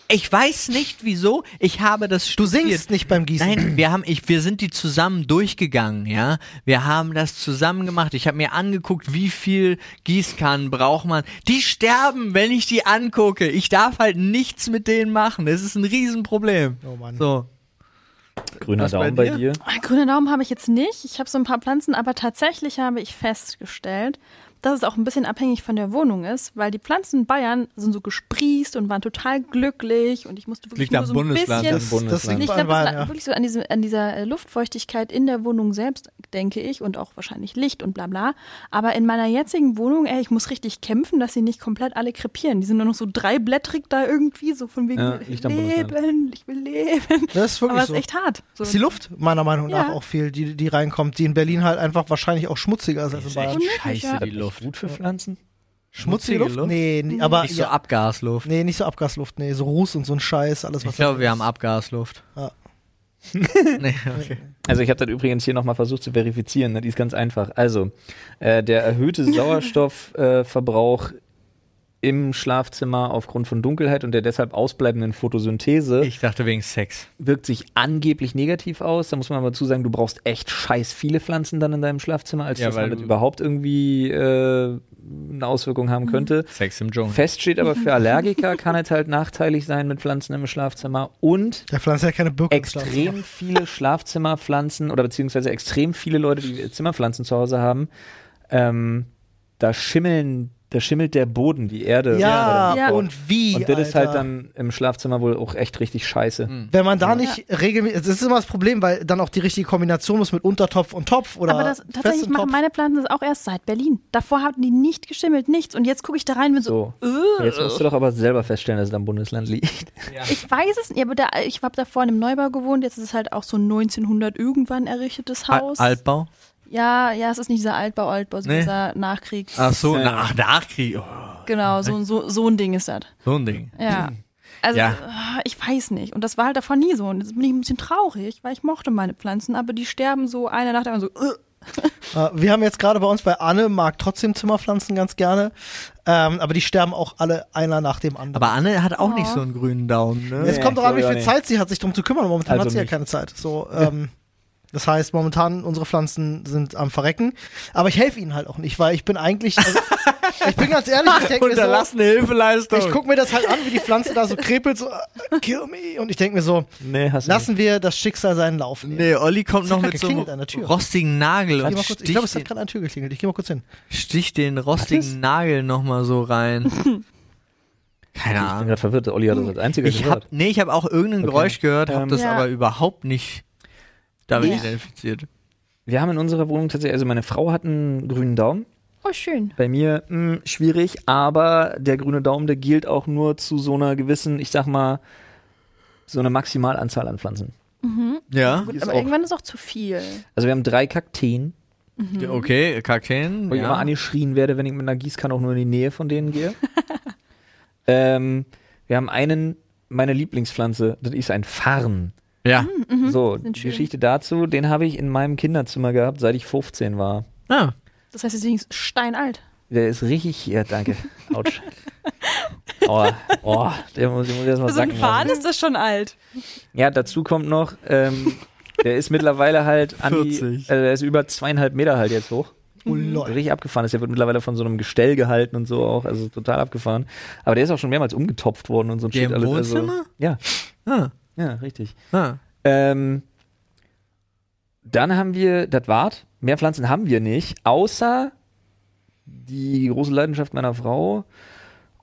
Ich weiß nicht wieso. Ich habe das
Du
studiert.
singst nicht beim Gießen.
Nein, wir haben, ich, wir sind die zusammen durchgegangen, ja. Wir haben das zusammen gemacht. Ich habe mir angeguckt, wie viel Gießkannen braucht man. Die sterben, wenn ich die angucke. Ich darf halt nichts mit denen machen. Das ist ein Riesenproblem.
Oh Mann.
So.
Grüner
Was bei
Daumen bei
dir?
dir?
Grüne Ah, Daumen habe ich jetzt nicht. Ich habe so ein paar Pflanzen, aber tatsächlich habe ich festgestellt, dass es auch ein bisschen abhängig von der Wohnung ist, weil die Pflanzen in Bayern sind so gesprießt und waren total glücklich und ich musste wirklich
Liegt
nur
am
so ein
Bundesland,
bisschen
am Bundesland.
das liegt
Nicht
bei
knapp,
Bayern,
es
ja.
lag wirklich so an, diesem, an dieser äh, Luftfeuchtigkeit in der Wohnung selbst, denke ich, und auch wahrscheinlich Licht und bla bla. Aber in meiner jetzigen Wohnung, ey, ich muss richtig kämpfen, dass sie nicht komplett alle krepieren. Die sind nur noch so dreiblättrig da irgendwie, so von wegen,
Ja,
ich
Licht am
will
Bundesland.
leben, ich will leben.
Das ist
Aber
wirklich
es
so.
ist echt hart. So.
Das ist die Luft, meiner Meinung nach,
Ja.
auch viel, die, die reinkommt, die in Berlin halt einfach wahrscheinlich auch schmutziger ist als in Bayern.
Scheiße,
Scheiße,
ja.
die
Ist
Luft.
Gut für Pflanzen?
Schmutzige Luft?
Luft?
Nee,
Mhm.
nee aber
Nicht so
ja,
Abgasluft.
nee, nicht so Abgasluft, nee, so Ruß und so ein Scheiß, alles was
Ich glaube,
da
wir
ist.
haben Abgasluft.
Ja.
nee, okay.
Also ich habe das übrigens hier nochmal versucht zu verifizieren. Ne? Die ist ganz einfach. Also äh, der erhöhte Sauerstoffverbrauch äh, Verbrauch im Schlafzimmer aufgrund von Dunkelheit und der deshalb ausbleibenden Photosynthese
Ich dachte wegen Sex.
wirkt sich angeblich negativ aus. Da muss man aber zu sagen, du brauchst echt scheiß viele Pflanzen dann in deinem Schlafzimmer, als
Ja,
dass
weil
man das
du-
überhaupt irgendwie äh, eine Auswirkung
Mhm.
haben könnte.
Sex im Dschungel.
Fest steht aber für Allergiker kann es halt nachteilig sein mit Pflanzen im Schlafzimmer und
Der pflanzt ja keine Birken. im Schlafzimmer.
extrem viele Schlafzimmerpflanzen oder beziehungsweise extrem viele Leute, die Zimmerpflanzen zu Hause haben, ähm, da schimmeln, da schimmelt der Boden, die Erde.
Ja,
Ja.
und wie?
Und das ist
Alter.
halt dann im Schlafzimmer wohl auch echt richtig scheiße.
Wenn man da nicht regelmäßig. Das ist immer das Problem, weil dann auch die richtige Kombination muss mit Untertopf und Topf oder.
Aber das, tatsächlich
festem Topf.
machen meine Pflanzen das auch erst seit Berlin. Davor hatten die nicht geschimmelt, nichts. Und jetzt gucke ich da rein und bin so,
So. Jetzt musst du doch aber selber feststellen, dass es am Bundesland liegt.
ich weiß es nicht. Aber da, ich habe davor in einem Neubau gewohnt. Jetzt ist es halt auch so ein 1900 irgendwann errichtetes
Al
Haus.
Altbau?
ja, ja, es ist nicht dieser Altbau, Altbau, sondern
Nee.
dieser Nachkrieg.
Ach so, nach, Nachkrieg. Oh,
Genau, so, so, so ein Ding ist das.
so ein Ding.
Ja. Also,
Ja.
äh, ich weiß nicht. Und das war halt davor nie so. Und jetzt bin ich ein bisschen traurig, weil ich mochte meine Pflanzen, aber die sterben so einer nach der anderen so. äh.
Äh, Wir haben jetzt gerade bei uns bei Anne, mag trotzdem Zimmerpflanzen ganz gerne. Ähm, aber die sterben auch alle einer nach dem anderen.
Aber Anne hat auch nicht so einen grünen Daumen, ne?
es kommt doch an, wie
Ja,
viel
nee.
Zeit sie hat, sich drum zu kümmern. Momentan
Also
hat sie ja
nicht.
keine Zeit. So, ähm, das heißt, momentan unsere Pflanzen sind am Verrecken. Aber ich helfe ihnen halt auch nicht, weil ich bin eigentlich. Also, ich bin ganz ehrlich, ich denke mir so.
Unterlassene Hilfeleistung.
Ich gucke mir das halt an, wie die Pflanze da so krepelt, so, äh, kill me. Und ich denke mir so,
Nee, hast du
lassen wir das Schicksal seinen Lauf nehmen.
Nee, Olli kommt noch
hat
mit so einem
geklingelt an der Tür.
rostigen Nagel
Ich, geh
und
mal kurz, ich glaube, es
sticht,
hat gerade an der Tür geklingelt. Ich gehe mal kurz hin.
den, sticht den rostigen Nagel nochmal so rein. Keine
nicht. Ich bin
Ahnung.
gerade verwirrt. Olli
Hm.
hat das als einziger
Ich
gehört.
hab, nee, ich habe auch irgendein Geräusch gehört, habe
Ähm,
das
Ja.
aber überhaupt nicht damit
Ja.
identifiziert.
Wir haben in unserer Wohnung tatsächlich, also meine Frau hat einen grünen Daumen.
Oh, schön.
Bei mir mh, schwierig, aber der grüne Daumen, der gilt auch nur zu so einer gewissen, ich sag mal, so einer Maximalanzahl an Pflanzen.
Ja?
Die ist
Aber
auch,
irgendwann ist auch zu viel.
also wir haben drei Kakteen,
Mhm.
Okay, Kakteen.
Wo ich immer angeschrien werde, wenn ich mit einer Gießkanne auch nur in die Nähe von denen gehe. ähm, wir haben einen, meine Lieblingspflanze, das ist ein Farn.
ja.
Mhm.
so,
sind
die
schön.
Geschichte dazu, den habe ich in meinem Kinderzimmer gehabt, seit ich 15 war.
Ah.
Das heißt, das Ding ist steinalt.
Der ist richtig, ja, danke. Autsch. Oh, oh, der muss, ich muss erst mal
Also
Für so ein
sacken lassen.
Faden ist das schon alt.
Ja, dazu kommt noch, ähm, der ist mittlerweile halt an die,
40.
also der ist über zweieinhalb Meter halt jetzt hoch.
Oh, lol.
Richtig abgefahren ist. Der wird mittlerweile von so einem Gestell gehalten und so auch, also total abgefahren. Aber der ist auch schon mehrmals umgetopft worden und so ein
Der im
alles,
Wohnzimmer?
Also, ja,
Ah.
ja, richtig.
Ah.
Ähm, dann haben wir, das wart, mehr Pflanzen haben wir nicht, außer die große Leidenschaft meiner Frau,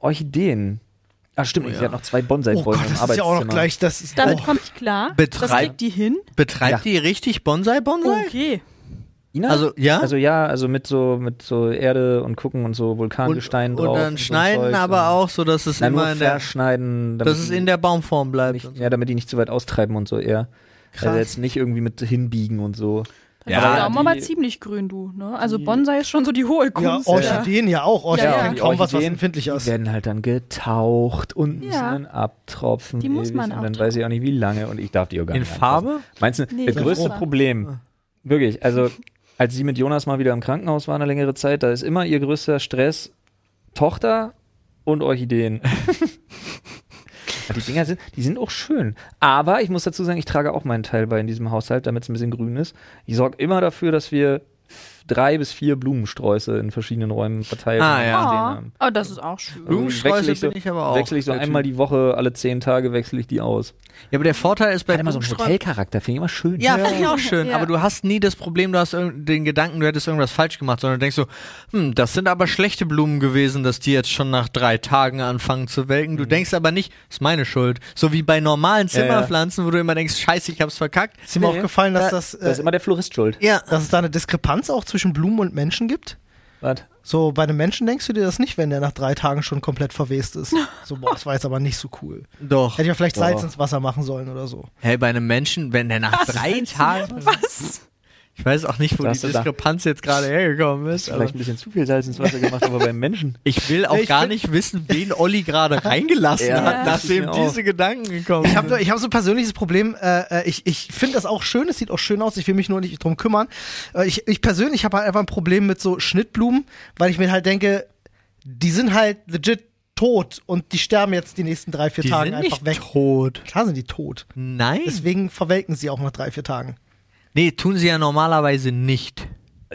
Orchideen. Ah, stimmt,
Oh
ich
ja.
hatte noch zwei
Oh
Bonsai-Bäume
Gott,
halt im
das ist ja
Arbeitszimmer.
auch noch gleich. Das ist,
Damit
oh.
komme ich klar. Das
Betreibt-
kriegt die hin.
Betreibt
Ja.
die richtig Bonsai-Bonsai?
Okay.
Ina?
Also, ja?
Also ja, also mit so mit so Erde und gucken und so Vulkangestein
und,
drauf.
und dann
so
schneiden,
Zeugs und-
aber auch so, dass es
Nein, nur
immer in der,
verschneiden, damit
dass es
die
in der Baumform bleibt.
nicht, ja, damit die nicht zu weit austreiben und so eher. Also jetzt nicht irgendwie mit hinbiegen und so.
Ja,
Ja,
Daumen aber
die-
ziemlich grün, du. Ne? Also Bonsai ist schon so die hohe
Ja,
Kunst. Ja.
Orchideen ja auch.
Oh,
Orchideen
Ja,
ja,
ja.
kaum was, was
Orchideen,
empfindlich ist.
Die werden halt dann getaucht und müssen
Ja.
dann abtropfen.
Die muss
ewig
man
und dann
abtropfen.
weiß ich auch nicht wie lange und ich darf die auch gar
In
nicht.
Farbe?
anfassen. Meinst du,
Nee,
das
in
größte
Farbe.
Problem, wirklich, also als sie mit Jonas mal wieder im Krankenhaus war eine längere Zeit, da ist immer ihr größter Stress Tochter und Orchideen. Aber Die Dinger sind, die sind auch schön. Aber ich muss dazu sagen, ich trage auch meinen Teil bei in diesem Haushalt, damit es ein bisschen grün ist. Ich sorge immer dafür, dass wir drei bis vier Blumensträuße in verschiedenen Räumen verteilt
Ah,
und
ja.
stehen
Ah,
haben.
oh, das ist auch schön.
Also
Blumensträuße
wechsle ich so-
bin ich aber auch
Wechsle ich so
der
einmal
Typ.
die Woche, alle zehn Tage wechsle ich die aus.
Ja, aber der Vorteil ist bei
Hat immer so einen
Blumensträußen-
Hotelcharakter, finde ich immer schön.
Ja, finde ich auch schön.
Ja.
Aber du hast nie das Problem, du hast irgend- den Gedanken, du hättest irgendwas falsch gemacht, sondern du denkst so, hm, das sind aber schlechte Blumen gewesen, dass die jetzt schon nach drei Tagen anfangen zu welken. Du denkst aber nicht, ist meine Schuld. So wie bei normalen
Mhm. Ja, ja.
Zimmerpflanzen, wo du immer denkst, scheiße, ich hab's verkackt.
Ist mir auch gefallen, dass, das,
Das ist
äh,
immer der Florist schuld.
Ja.
dass es da eine Diskrepanz auch zwischen Blumen und Menschen gibt.
Was?
So, bei einem Menschen denkst du dir das nicht, wenn der nach drei Tagen schon komplett verwest ist. So, boah, das war jetzt aber nicht so cool.
Doch.
Also
Hätte ich mal vielleicht
Boah.
Salz ins Wasser machen sollen oder so.
Hey, bei einem Menschen, wenn der nach drei Tagen.
Was?
Ich weiß auch nicht, wo
Da
die
hast du da-
Diskrepanz jetzt gerade hergekommen ist. Aber
Vielleicht ein bisschen zu viel Salz ins Wasser gemacht, aber beim Menschen.
ich will auch
Ich
gar
find-
nicht wissen, wen Olli gerade reingelassen
Ja,
hat,
das ist mir
nachdem
auch.
diese Gedanken gekommen
Ich
sind.
habe ich hab so ein persönliches Problem. Äh, äh, ich ich finde das auch schön, es sieht auch schön aus, ich will mich nur nicht drum kümmern. Äh, ich, ich persönlich habe halt einfach ein Problem mit so Schnittblumen, weil ich mir halt denke, die sind halt legit tot und die sterben jetzt die nächsten drei, vier
Die
Tage
sind
einfach
nicht
weg.
tot. Hm.
Klar sind die tot.
Nein.
Deswegen verwelken sie auch nach drei, vier Tagen.
Nee, tun sie ja normalerweise nicht.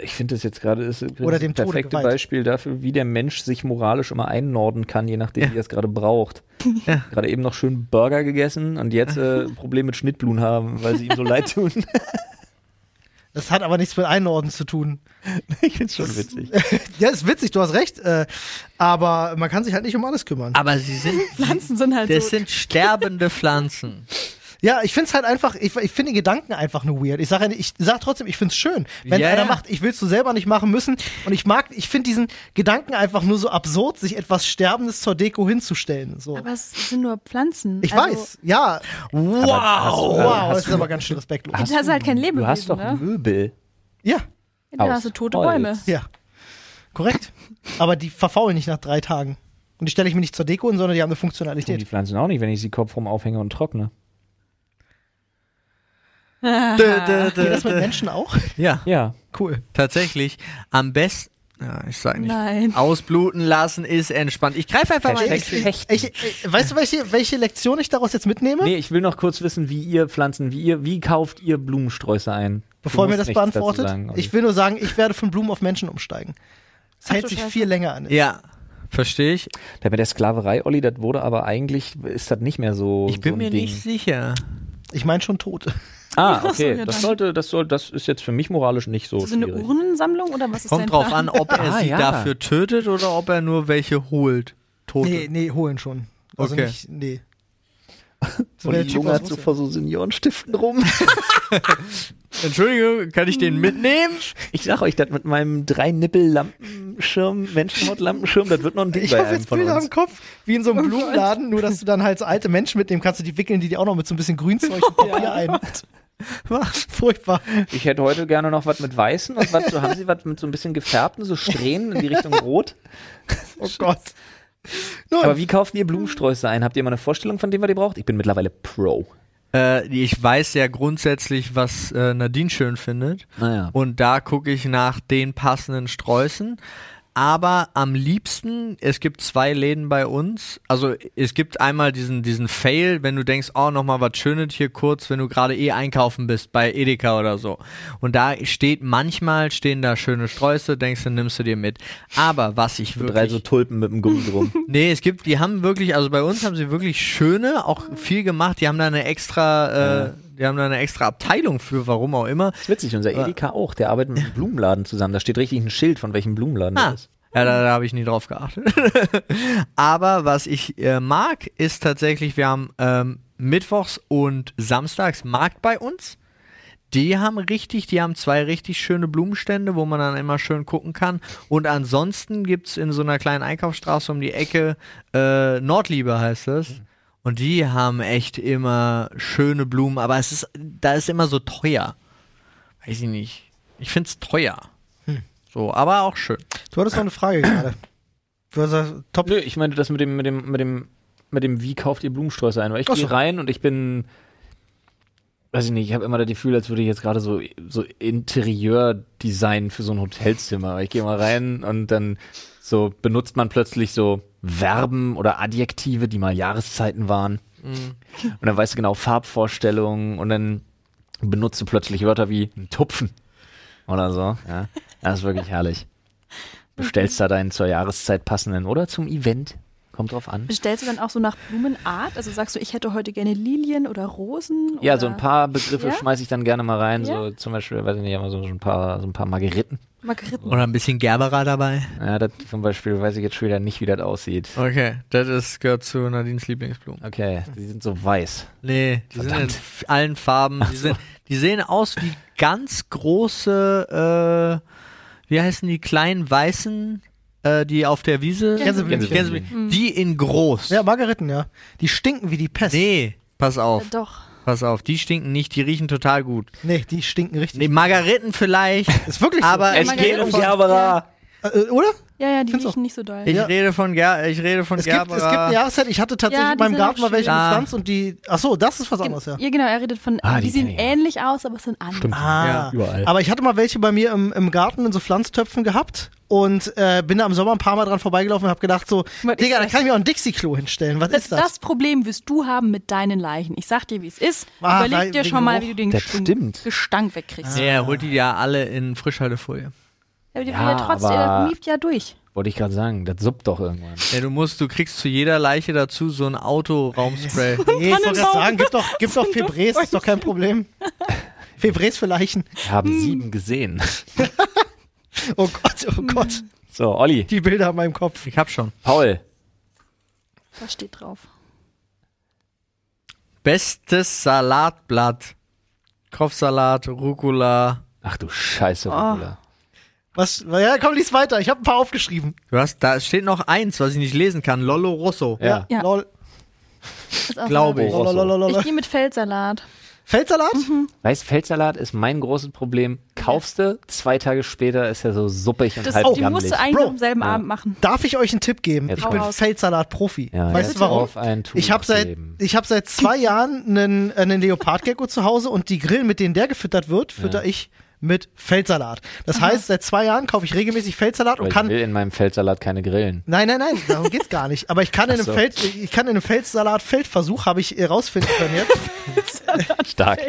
Ich finde das jetzt gerade ist übrigens
Oder dem
das
Tode
perfekte
geweiht.
Beispiel dafür, wie der Mensch sich moralisch immer einnorden kann, je nachdem, wie er es gerade braucht. Gerade eben noch schön Burger gegessen und jetzt äh, ein Problem mit Schnittblumen haben, weil sie ihm so leid tun.
Das hat aber nichts mit Einordnen zu tun.
ich finde es schon witzig.
Ja, ist witzig, du hast recht. Äh, aber man kann sich halt nicht um alles kümmern.
Aber sie sind.
Pflanzen sind halt
Das
so.
sind sterbende Pflanzen.
Ja, ich find's halt einfach, ich, ich finde Gedanken einfach nur weird. Ich sage ich sag trotzdem, ich find's schön. Wenn
Ja,
einer
ja.
macht, ich will's so selber nicht machen müssen. Und ich mag, ich find diesen Gedanken einfach nur so absurd, sich etwas Sterbendes zur Deko hinzustellen. So.
Aber es sind nur Pflanzen.
Ich
also,
weiß, ja.
Wow!
wow, das ist aber ganz schön respektlos.
Das ist halt kein Lebewesen.
Du hast doch
ne?
Möbel.
Ja,
Ja,
aus
hast du tote
Holz.
Bäume.
ja. Korrekt. Aber die verfaulen nicht nach drei Tagen. Und die stelle ich mir nicht zur Deko hin, sondern die haben eine
Tun die
Funktionalität.
Pflanzen auch nicht, wenn ich sie kopfrum aufhänge und trockne.
Geht das
Äh,
mit Menschen auch?
Ja,
Ja,
Cool.
tatsächlich. Am besten. Ja, ich sag nicht.
Nein.
Ausbluten lassen ist entspannt. Ich greife einfach mal.
Hashtag Fechten.
Ich, ich, weißt du, welche, welche Lektion ich daraus jetzt mitnehme?
Nee, ich will noch kurz wissen, wie ihr Pflanzen, wie ihr, wie kauft ihr Blumensträuße ein?
Bevor
Du
ihr mir
musst
das
nichts dazu
beantwortet,
sagen, Olli.
ich will nur sagen, ich werde von Blumen auf Menschen umsteigen. Es hält
du
sich
Scheiße.
viel länger an.
Ja, verstehe ich.
Da mit der Sklaverei, Olli, das wurde aber eigentlich, ist das nicht mehr so.
Ich bin
so ein
mir
Ding.
nicht sicher.
Ich meine schon tot.
Ah,
so, ja,
okay.
dann.
Das sollte, das soll, das ist jetzt für mich moralisch nicht so.
Ist das eine
schwierig.
Urnensammlung oder was ist dein
Kommt drauf
Plan?
an, ob er
Ah,
sie
ja.
dafür tötet oder ob er nur welche holt. Tote.
Nee, nee, holen schon. Also
Okay.
nicht, nee. So
Und
wäre
die
der Typ
Junge
aus
hat so
Russland.
vor so Seniorenstiften rum.
Entschuldigung, kann ich
Hm.
den mitnehmen?
Ich sag euch, das mit meinem drei Nippel Lampenschirm, Menschenhaut Lampenschirm, das wird noch ein Ding
ich
bei
habe
einem
jetzt
von
Bilder im
uns.
Kopf, wie in
Oh
so einem Blumenladen, nur dass du dann halt so alte Menschen mitnehmen kannst und die wickeln die dir auch noch mit so ein bisschen Grünzeug und Papier ein. Was? Furchtbar.
Ich hätte heute gerne noch was mit Weißen und was so, haben Sie was mit so ein bisschen gefärbten, so Strähnen in die Richtung Rot?
Oh Gott. Nun,
Aber wie kauft ihr Blumensträuße ein? Habt ihr mal eine Vorstellung, von dem was ihr braucht? Ich bin mittlerweile Pro.
Äh, ich weiß ja grundsätzlich, was äh, Nadine schön findet.
Naja.
Und da gucke ich nach den passenden Sträußen. Aber am liebsten, es gibt zwei Läden bei uns. Also es gibt einmal diesen, diesen Fail, wenn du denkst, oh, nochmal was Schönes hier kurz, wenn du gerade eh einkaufen bist bei Edeka oder so. Und da steht manchmal, stehen da schöne Sträuße, denkst du, nimmst du dir mit. Aber was ich wirklich...
Drei so Tulpen mit dem Gummi drum.
Nee, es gibt, die haben wirklich, also bei uns haben sie wirklich schöne, auch viel gemacht. Die haben da eine extra, äh, die haben da eine extra Abteilung für, warum auch immer.
ist witzig, unser Edeka auch, der arbeitet mit einem Blumenladen zusammen. Da steht richtig ein Schild, von welchem Blumenladen
Ah.
das ist.
Ja, da, da habe ich nie drauf geachtet. Aber was ich äh, mag, ist tatsächlich, wir haben ähm, mittwochs und samstags Markt bei uns. Die haben richtig, die haben zwei richtig schöne Blumenstände, wo man dann immer schön gucken kann. Und ansonsten gibt es in so einer kleinen Einkaufsstraße um die Ecke äh, Nordliebe heißt das. Und die haben echt immer schöne Blumen, aber es ist, da ist immer so teuer. Weiß ich nicht. Ich find's teuer. So, aber auch schön.
du hattest noch eine Frage gerade. Du hast gesagt, top.
Nö, ich meinte das mit dem, mit dem, mit dem, mit dem, wie kauft ihr Blumensträuße ein? Weil ich
Ach
gehe
so.
rein und ich bin, weiß ich nicht, ich habe immer das Gefühl, als würde ich jetzt gerade so, so Interieurdesign für so ein Hotelzimmer. Ich gehe mal rein und dann so benutzt man plötzlich so Verben oder Adjektive, die mal Jahreszeiten waren.
Mhm.
Und dann weißt du genau Farbvorstellungen und dann benutzt du plötzlich Wörter wie ein Tupfen oder so. Ja, das ist wirklich herrlich. Bestellst da deinen zur Jahreszeit passenden oder zum Event. Kommt drauf an.
Bestellst du dann auch so nach Blumenart? Also sagst du, ich hätte heute gerne Lilien oder Rosen?
Ja,
oder
so ein paar Begriffe
Ja?
schmeiße ich dann gerne mal rein. So
Ja?
zum Beispiel, weiß ich nicht, haben wir so ein paar, so ein paar Margeriten.
Margeriten.
Oder ein bisschen Gerbera dabei.
Ja, das zum Beispiel weiß ich jetzt schon wieder nicht, wie das aussieht.
Okay, das ist, gehört zu Nadines Lieblingsblumen.
Okay, die sind so weiß.
Äh, Nee, die sind in f- allen Farben. Die, sind, die sehen aus wie ganz große, äh, wie heißen die kleinen Weißen, äh, die auf der Wiese.
Gänseblümchen.
Gänseblümchen. Die in groß.
Ja, Margariten, ja. Die stinken wie die Pest. Nee,
Nee, pass
Äh,
auf,
Doch.
pass auf. Die stinken nicht, die riechen total gut.
die stinken richtig.
Nee, Margariten vielleicht.
Ist wirklich so.
aber ich,
Margariten geht um von-
Gerbera.
Äh, oder?
Ja, ja, die
Findest du
riechen nicht so doll.
ich
Ja.
rede von Ger ich rede von
Es gibt, es gibt
Gerbera.
eine Jahreszeit. Ich hatte tatsächlich
Ja,
in
die
meinem
sind auch
Garten mal welche
schön.
gepflanzt und die. Ach so, das ist was
Gen-
anderes, ja.
Ja, genau, er redet von,
Ah,
die,
die
sehen
kenn ich ja.
ähnlich aus, aber es sind andere.
Stimmt.
Ah,
Ja,
überall.
Aber ich hatte mal welche bei mir im, im Garten in so Pflanztöpfen gehabt und äh, bin da im Sommer ein paar Mal dran vorbeigelaufen und habe gedacht so,
Was
Digga,
ist
da
das?
kann ich mir auch ein Dixie-Klo hinstellen. Was
Das,
ist das?
das Problem wirst du haben mit deinen Leichen. Ich sag dir, wie es ist.
Ah, weil-
Überleg dir
wegen
schon mal,
Geruch.
wie du den
Das
Gestunk-
stimmt.
Gestank wegkriegst.
Nee, er holt die ja alle in Frischhaltefolie.
Ja, aber die
Ja,
ja, trotzdem,
aber-
das mieft ja durch.
Wollte ich gerade sagen, das suppt doch irgendwann.
Ja, du musst, du kriegst zu jeder Leiche dazu so ein Autoraumspray.
Nee, ich wollte
Tannenbaum.
gerade sagen, gib doch, gib doch Febrés, ist doch kein Problem. Febrés für Leichen.
Wir
Hm.
haben sieben gesehen.
Oh Gott,
Hm.
oh Gott.
So, Olli,
Die Bilder in meinem Kopf.
Ich hab schon.
Paul,
Was steht drauf?
Bestes Salatblatt. Kopfsalat, Rucola.
Ach du
Oh.
Scheiße, Regula.
Was? Ja, komm, lies weiter. Ich habe ein paar aufgeschrieben.
Du hast, da steht noch eins, was ich nicht lesen kann. Lollo Rosso.
Ja.
Ja.
Lol.
Ist auch
Glaube
so.
ich.
Lololololol.
Ich gehe mit Feldsalat.
Feldsalat?
Weißt, Feldsalat ist mein großes Problem. Kaufst du, zwei Tage später ist er so suppig und
Das,
halb
die musst du
gammelig.
eigentlich
Bro.
am selben Abend machen.
Darf ich euch einen Tipp geben?
Jetzt
ich bin
hau raus.
Feldsalat-Profi.
Ja,
weißt
jetzt
du warum?
auf einen Tuch
Ich habe seit,
geben.
ich hab seit zwei Jahren einen, äh, einen Leopardgecko zu Hause und die Grillen, mit denen der gefüttert wird, fütter ich mit Feldsalat. Das heißt, seit zwei Jahren kaufe ich regelmäßig Feldsalat
Aber
und
ich
kann.
will in meinem Feldsalat keine Grillen.
Nein, nein, nein, darum geht's gar nicht. Aber ich kann in
Ach
einem
so.
Feld, ich kann in einem Feldsalat Feldversuch habe ich äh, rausfinden können jetzt. ähm,
Stark.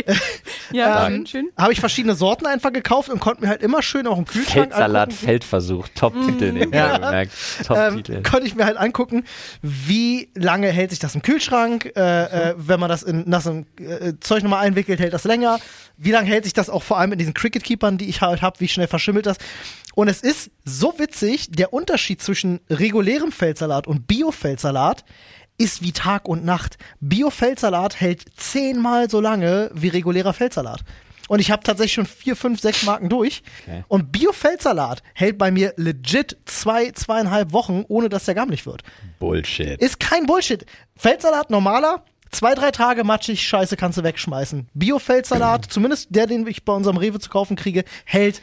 Ja,
Stark.
schön, schön.
habe ich verschiedene Sorten einfach gekauft und konnte mir halt immer schön auch im Kühlschrank
Feldsalat,
angucken, Mm.
Feldversuch. Top-Titel, den
Ja.
ja. gemerkt. Top-Titel.
ähm, konnte ich mir halt angucken, wie lange hält sich das im Kühlschrank, äh, äh, wenn man das in nach so einem äh, Zeug nochmal einwickelt, hält das länger, wie lange hält sich das auch vor allem in diesen Cricket-Keepern, die ich halt habe, wie schnell verschimmelt das. Und es ist so witzig, der Unterschied zwischen regulärem Feldsalat und Bio-Feldsalat ist wie Tag und Nacht. Bio-Feldsalat hält zehnmal so lange wie regulärer Feldsalat. Und ich habe tatsächlich schon vier, fünf, sechs Marken durch.
Okay.
Und Bio-Feldsalat hält bei mir legit zwei, zweieinhalb Wochen, ohne dass der gammelig wird.
Bullshit.
Ist kein Bullshit. Feldsalat normaler, Zwei, drei Tage matschig, scheiße, kannst du wegschmeißen. Biofeldsalat, zumindest der, den ich bei unserem Rewe zu kaufen kriege, hält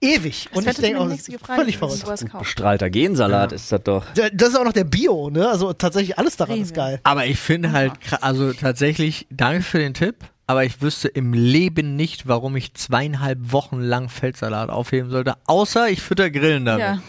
ewig.
Das
Und ich
hättest du
denke
mir
auch,
die
das
nächste
ist
gefragt,
völlig
wenn du
verrückt.
sowas kaufst.
Strahlter Gensalat ist das doch.
Da- Das ist auch noch der Bio, ne? Also tatsächlich alles daran ist
Rewe.
geil.
Aber ich finde halt, kra- also tatsächlich, danke für den Tipp, aber ich wüsste im Leben nicht, warum ich zweieinhalb Wochen lang Feldsalat aufheben sollte, außer ich fütter Grillen damit.
Ja.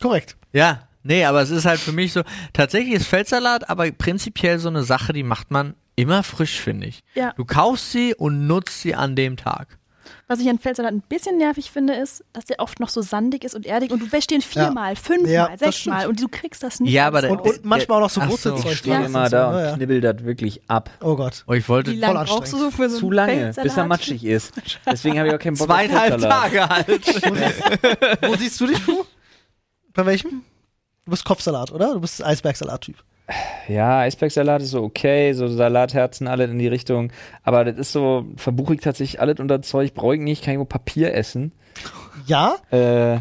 Korrekt.
Ja, nee, aber es ist halt für mich so, tatsächlich ist Feldsalat aber prinzipiell so eine Sache, die macht man immer frisch, finde ich.
Ja.
Du kaufst sie und nutzt sie an dem Tag.
Was ich an Feldsalat ein bisschen nervig finde, ist, dass der oft noch so sandig ist und erdig und du wäschst den viermal, fünfmal,
Ja, das
sechsmal
stimmt.
und du kriegst das nicht.
Ja, aber
alles
der-
Und,
raus.
und manchmal auch noch so
Ach so.
Wurzelzeug.
Ich stehe
dran.
immer da
Ja,
und
ja.
knibbel das wirklich ab.
Oh Gott.
Oh, ich wollte
Wie lange
voll
brauchst du so für so
Zu
einen
lange,
Feldsalat?
bis er matschig ist. Deswegen habe ich auch keinen Bock auf
zweieinhalb
Feldsalat.
Tage halt.
Wo siehst du dich, Fu? Bei welchem? Du bist Kopfsalat, oder? Du bist Eisbergsalat-Typ.
Ja, Eisbergsalat ist so okay, so Salatherzen, alle in die Richtung. Aber das ist so, verbuche ich tatsächlich alles unter Zeug, brauche ich nicht, kann ich nur Papier essen.
Ja?
Äh,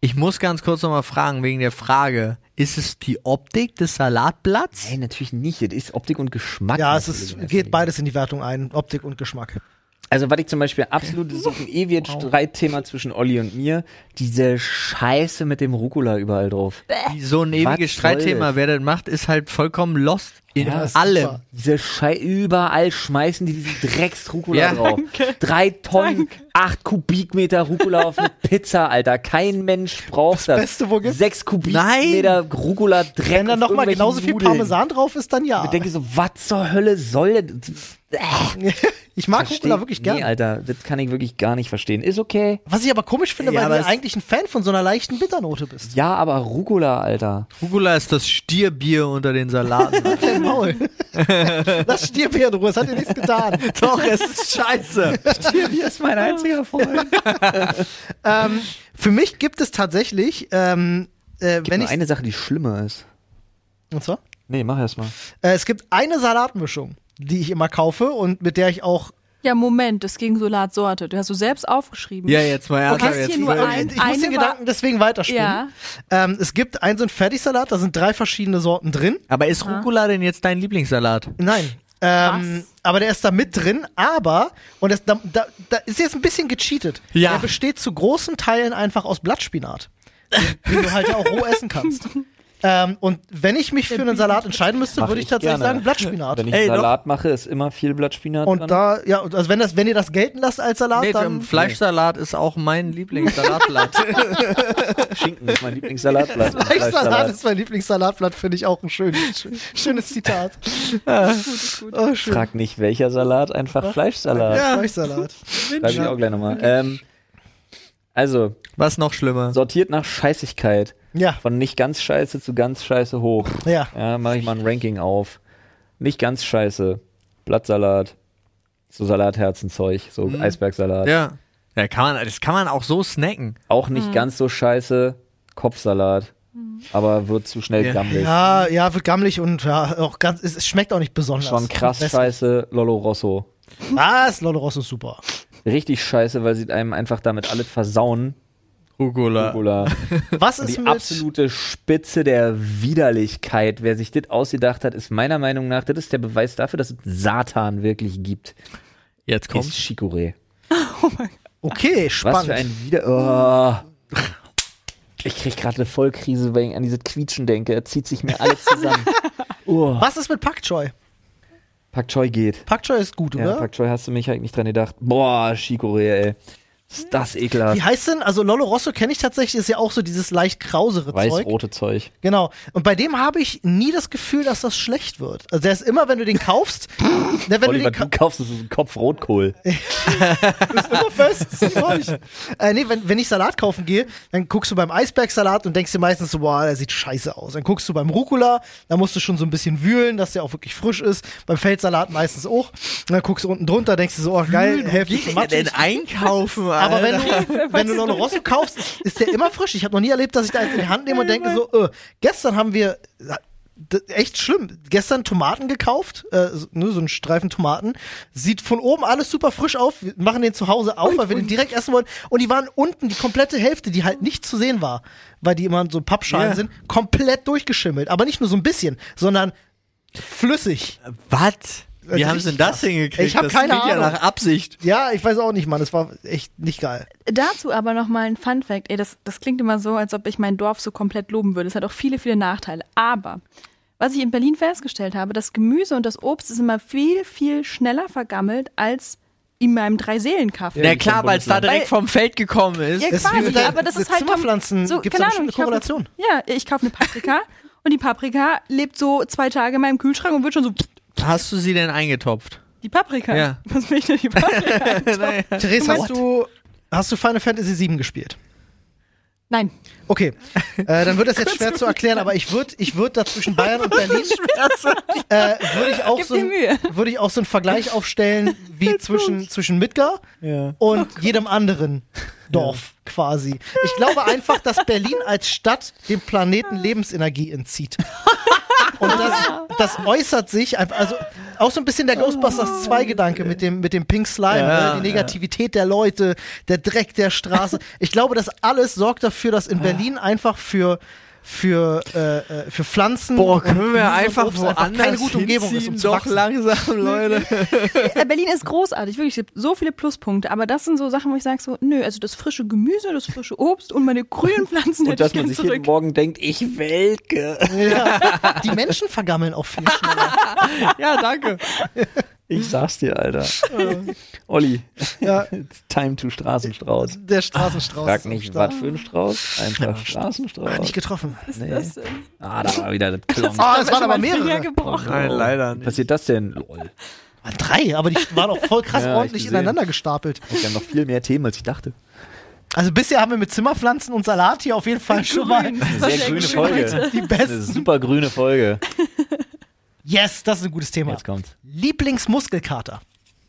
Ich muss ganz kurz nochmal fragen, wegen der Frage, ist es die Optik des Salatblatts?
ey, natürlich nicht. Das ist Optik und Geschmack.
Ja, es
natürlich.
ist, geht beides in die Wertung ein. Optik und Geschmack.
Also, was ich zum Beispiel absolut, das ist auch ein ewiges Streitthema zwischen Olli und mir, diese Scheiße mit dem Rucola überall drauf.
So ein ewiges
Was soll
Streitthema,
das?
wer das macht, ist halt vollkommen lost in
Ja, ist
allem.
super.
Diese Schei überall schmeißen die diesen Drecks-Rucola
Ja.
drauf. Drei Tonnen, acht Kubikmeter Rucola auf eine Pizza, Alter. Kein Mensch braucht das.
Beste, wo gibt's?
Sechs Kubikmeter Rucola Dreck.
Wenn dann
auf
nochmal
irgendwelchen
genauso viel
Nudeln.
Parmesan drauf ist, dann ja.
Ich denke so, was zur Hölle soll das? Äh,
Ich mag
versteh-
Ah, Rucola wirklich gerne.
Nee, Alter, das kann ich wirklich gar nicht verstehen. Ist okay.
Was ich aber komisch finde,
Ja,
weil
aber
du ja
es-
eigentlich ein Fan von so einer leichten Bitternote bist.
Ja, aber Rucola, Alter.
Rucola ist das Stierbier unter den Salaten.
Halt Dein Maul. Lass Stierbier in Ruhe, es hat dir nichts getan.
Doch, es ist scheiße.
Hier ist mein einziger Freund.
ähm, für mich gibt es tatsächlich, ähm, äh, wenn
Wenn
ich.
eine Sache, die schlimmer ist.
Und zwar?
Nee, mach erst mal.
Äh, es gibt eine Salatmischung, die ich immer kaufe und mit der ich auch.
Ja, Moment, das ging Salatsorte. Du hast du selbst aufgeschrieben.
Ja, jetzt mal
Du
ernsthaft.
hast hier
Jetzt
nur
mal-
ein,
ich muss
eine
den Gedanken deswegen
war,
weiterspielen.
Ja,
Ähm, es gibt einen so einen Fertigsalat, da sind drei verschiedene Sorten drin.
Aber ist Rucola denn jetzt dein Lieblingssalat?
Nein. Ähm, aber der ist da mit drin, aber, und das, da, da, da ist jetzt ein bisschen gecheatet.
Ja.
Der besteht zu großen Teilen einfach aus Blattspinat, den, den du halt ja auch roh essen kannst. Ähm, und wenn ich mich für einen Salat entscheiden müsste,
Mach
würde ich
ich
tatsächlich
gerne.
sagen Blattspinat.
Wenn ich
Ey, doch.
Salat mache, ist immer viel Blattspinat dran.
Und da, ja, und also wenn, das, wenn ihr das gelten lasst als Salat,
Nee,
dann.
Fleischsalat ist auch mein Lieblingssalatblatt.
Schinken ist mein Lieblingssalatblatt.
Fleischsalat ist mein Lieblingssalatblatt, finde ich auch ein schönes, schönes Zitat. Oh, schön.
Frag nicht, welcher Salat, einfach Fleischsalat.
Fleischsalat.
Schreib ich auch gleich nochmal. Ähm, also,
Was noch schlimmer?
sortiert nach Scheißigkeit.
Ja,
Von nicht ganz scheiße zu ganz scheiße hoch.
ja.
Ja, mache ich mal ein Ranking auf. Nicht ganz scheiße. Blattsalat. So Salatherzenzeug. So
Mhm.
Eisbergsalat.
Ja. ja kann man, das kann man auch so snacken.
Auch nicht ganz so scheiße. Kopfsalat. Aber wird zu schnell
Ja.
gammelig.
Ja, ja, wird gammelig und ja, auch ganz, es, es schmeckt auch nicht besonders.
Schon krass
Das-
scheiße. Lollo Rosso.
Was? Lolo Rosso ist super.
Richtig scheiße, weil sie einem einfach damit alles versauen.
Rucola.
Rucola.
Was ist
Die
Äh, mit
absolute Spitze der Widerlichkeit. Wer sich das ausgedacht hat, ist meiner Meinung nach, das ist der Beweis dafür, dass es Satan wirklich gibt.
Jetzt
Ist
kommt's.
Chicorée.
Okay,
Was für
spannend.
ein Wider... Oh. Ich krieg gerade eine Vollkrise, weil ich an dieses Quietschen denke. Er zieht sich mir alles zusammen. Oh.
Was ist mit Pak Choi?
Pak Choi geht.
Pak Choi ist gut,
Ja,
oder?
Pak Choi hast du mich halt nicht dran gedacht. Boah, Chicorée, ey. Ist das
Wie
ekelhaft.
heißt denn? Also Lolo Rosso kenne ich tatsächlich, ist ja auch so dieses leicht krausere Zeug.
Weiß-rote Zeug.
Genau. Und bei dem habe ich nie das Gefühl, dass das schlecht wird. Also der ist immer, wenn du den kaufst, ne, wenn
Oliver,
du
du
den
kaufst uns einen Kopf Rotkohl.
kaufst, immer fest. zieh durch. äh, nee, wenn, wenn ich Salat kaufen gehe, dann guckst du beim Eisbergsalat und denkst dir meistens so, boah, der sieht scheiße aus. Dann guckst du beim Rucola, da musst du schon so ein bisschen wühlen, dass der auch wirklich frisch ist. Beim Feldsalat meistens auch. Und dann guckst du unten drunter, denkst du so, oh geil, heftig,
Ja, denn
matschig.
einkaufen, Alter.
Aber wenn du, wenn du Lolo Rosso kaufst, ist, ist der immer frisch. Ich habe noch nie erlebt, dass ich da eins in die Hand nehme und denke so, äh, gestern haben wir äh, d- echt schlimm, gestern Tomaten gekauft, äh, so- ne, so einen Streifen Tomaten, sieht von oben alles super frisch auf, wir machen den zu Hause auf, weil wir den direkt essen wollen und die waren unten die komplette Hälfte, die halt nicht zu sehen war, weil die immer so Pappschalen
Ja.
sind, komplett durchgeschimmelt, aber nicht nur so ein bisschen, sondern Flüssig.
Was? Wie
Also
haben sie denn
richtig
das
krass.
hingekriegt?
Ich hab
das
keine
klingt ja
Ahnung.
nach Absicht.
Ja, ich weiß auch nicht, Mann. Es war echt nicht geil.
Dazu aber nochmal ein Fun Fact. Ey, das, das klingt immer so, als ob ich mein Dorf so komplett loben würde. Es hat auch viele, viele Nachteile. Aber was ich in Berlin festgestellt habe, das Gemüse und das Obst ist immer viel, viel schneller vergammelt als in meinem Dreiseelenkaff.
Ja,
Na
die
klar,
vom
weil es da
Bundesland.
direkt vom Feld gekommen ist.
Ja,
Das ist wie
quasi,
mit deinen-
aber das
mit
ist halt doch-
Zimmerpflanzen gibt's da bestimmt eine
ich kauf jetzt-
Korrelation.
ja, ich kaufe eine Paprika und die Paprika lebt so zwei Tage in meinem Kühlschrank und wird schon so
Hast du sie denn eingetopft?
die Paprika.
Ja.
Was will ich denn die Paprika?
Therese, hast du, hast du Final Fantasy VII gespielt?
Nein.
Okay, äh, dann wird das jetzt schwer zu erklären, aber ich würde ich würd da zwischen Bayern und Berlin äh, würde ich auch
Gib
so
dir
ein-
Mühe.
würde ich auch so einen Vergleich aufstellen wie zwischen zwischen Midgar
Oh
und jedem anderen Dorf quasi. Ich glaube einfach, dass Berlin als Stadt dem Planeten Lebensenergie entzieht. Und das, das äußert sich, einfach- also auch so ein bisschen der Ghostbusters 2 Gedanke mit dem, mit dem Pink Slime,
Ja,
ne? die Negativität der Leute, der Dreck der Straße. Ich glaube, das alles sorgt dafür, dass in Berlin einfach für, für, äh, äh, für Pflanzen
Boah,
und
können wir
Gemüse und
einfach
Obst
woanders
keine gute Umgebung ist,
hinziehen?
um zu
Doch
wachsen.
langsam, Leute.
Äh, Berlin ist großartig, wirklich. Es gibt so viele Pluspunkte, aber das sind so Sachen, wo ich sage so, nö, also das frische Gemüse, das frische Obst und meine grünen Pflanzen
Und
hätte ich
dass man
gern
sich jeden
zurück.
Morgen denkt, ich welke.
Ja. Die Menschen vergammeln auch viel schneller.
ja, danke.
Ich sag's dir, Alter. Olli, it's time to Straßenstrauß.
Der Straßenstrauß.
Frag
ist am
nicht,
Start.
was für ein Strauß, einfach Straßenstrauß.
Nicht getroffen.
Oh,
Nee.
äh,
Ah, da war wieder das
Oh,
Klon.
es waren aber mehrere.
gebrochen.
Nein, leider
Wie
nicht.
passiert das denn? Lol.
Waren drei, aber die waren auch voll krass
Ja, hab ich
ordentlich
gesehen.
ineinander gestapelt.
Wir haben noch viel mehr Themen, als ich dachte.
Also bisher haben wir mit Zimmerpflanzen und Salat hier auf jeden Fall schon mal
Sehr grüne Folge.
die
Eine
besten.
super grüne Folge.
Yes, das ist ein gutes Thema.
Jetzt kommt's.
Lieblingsmuskelkater.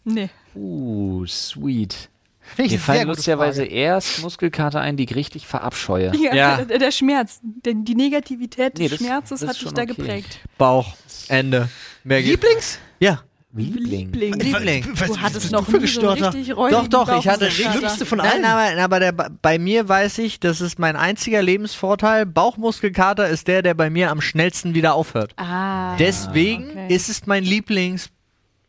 Nee.
Uh, sweet.
Finde ich
Mir
eine sehr
fallen
gute
lustigerweise
Frage.
erst Muskelkater ein, die ich richtig verabscheue.
Ja,
Ja.
Der, der Schmerz, denn die Negativität des
Nee, das-
Schmerzes
das
hat
ist
mich
schon
da
okay.
geprägt.
Bauch. Ende. Mehr geht.
Lieblings?
Ja.
Liebling.
Liebling.
Was,
Du hattest
bist
noch
du für
nie so einen
gestörter?
richtig
Doch,
räudigen
doch, ich hatte
Das
richtig-
Bauchmuskelkater.
Schlimmste von allen.
Nein, aber, aber der, bei mir weiß ich, das ist mein einziger Lebensvorteil. Bauchmuskelkater ist der, der bei mir am schnellsten wieder aufhört.
Ah.
Deswegen
okay.
ist es mein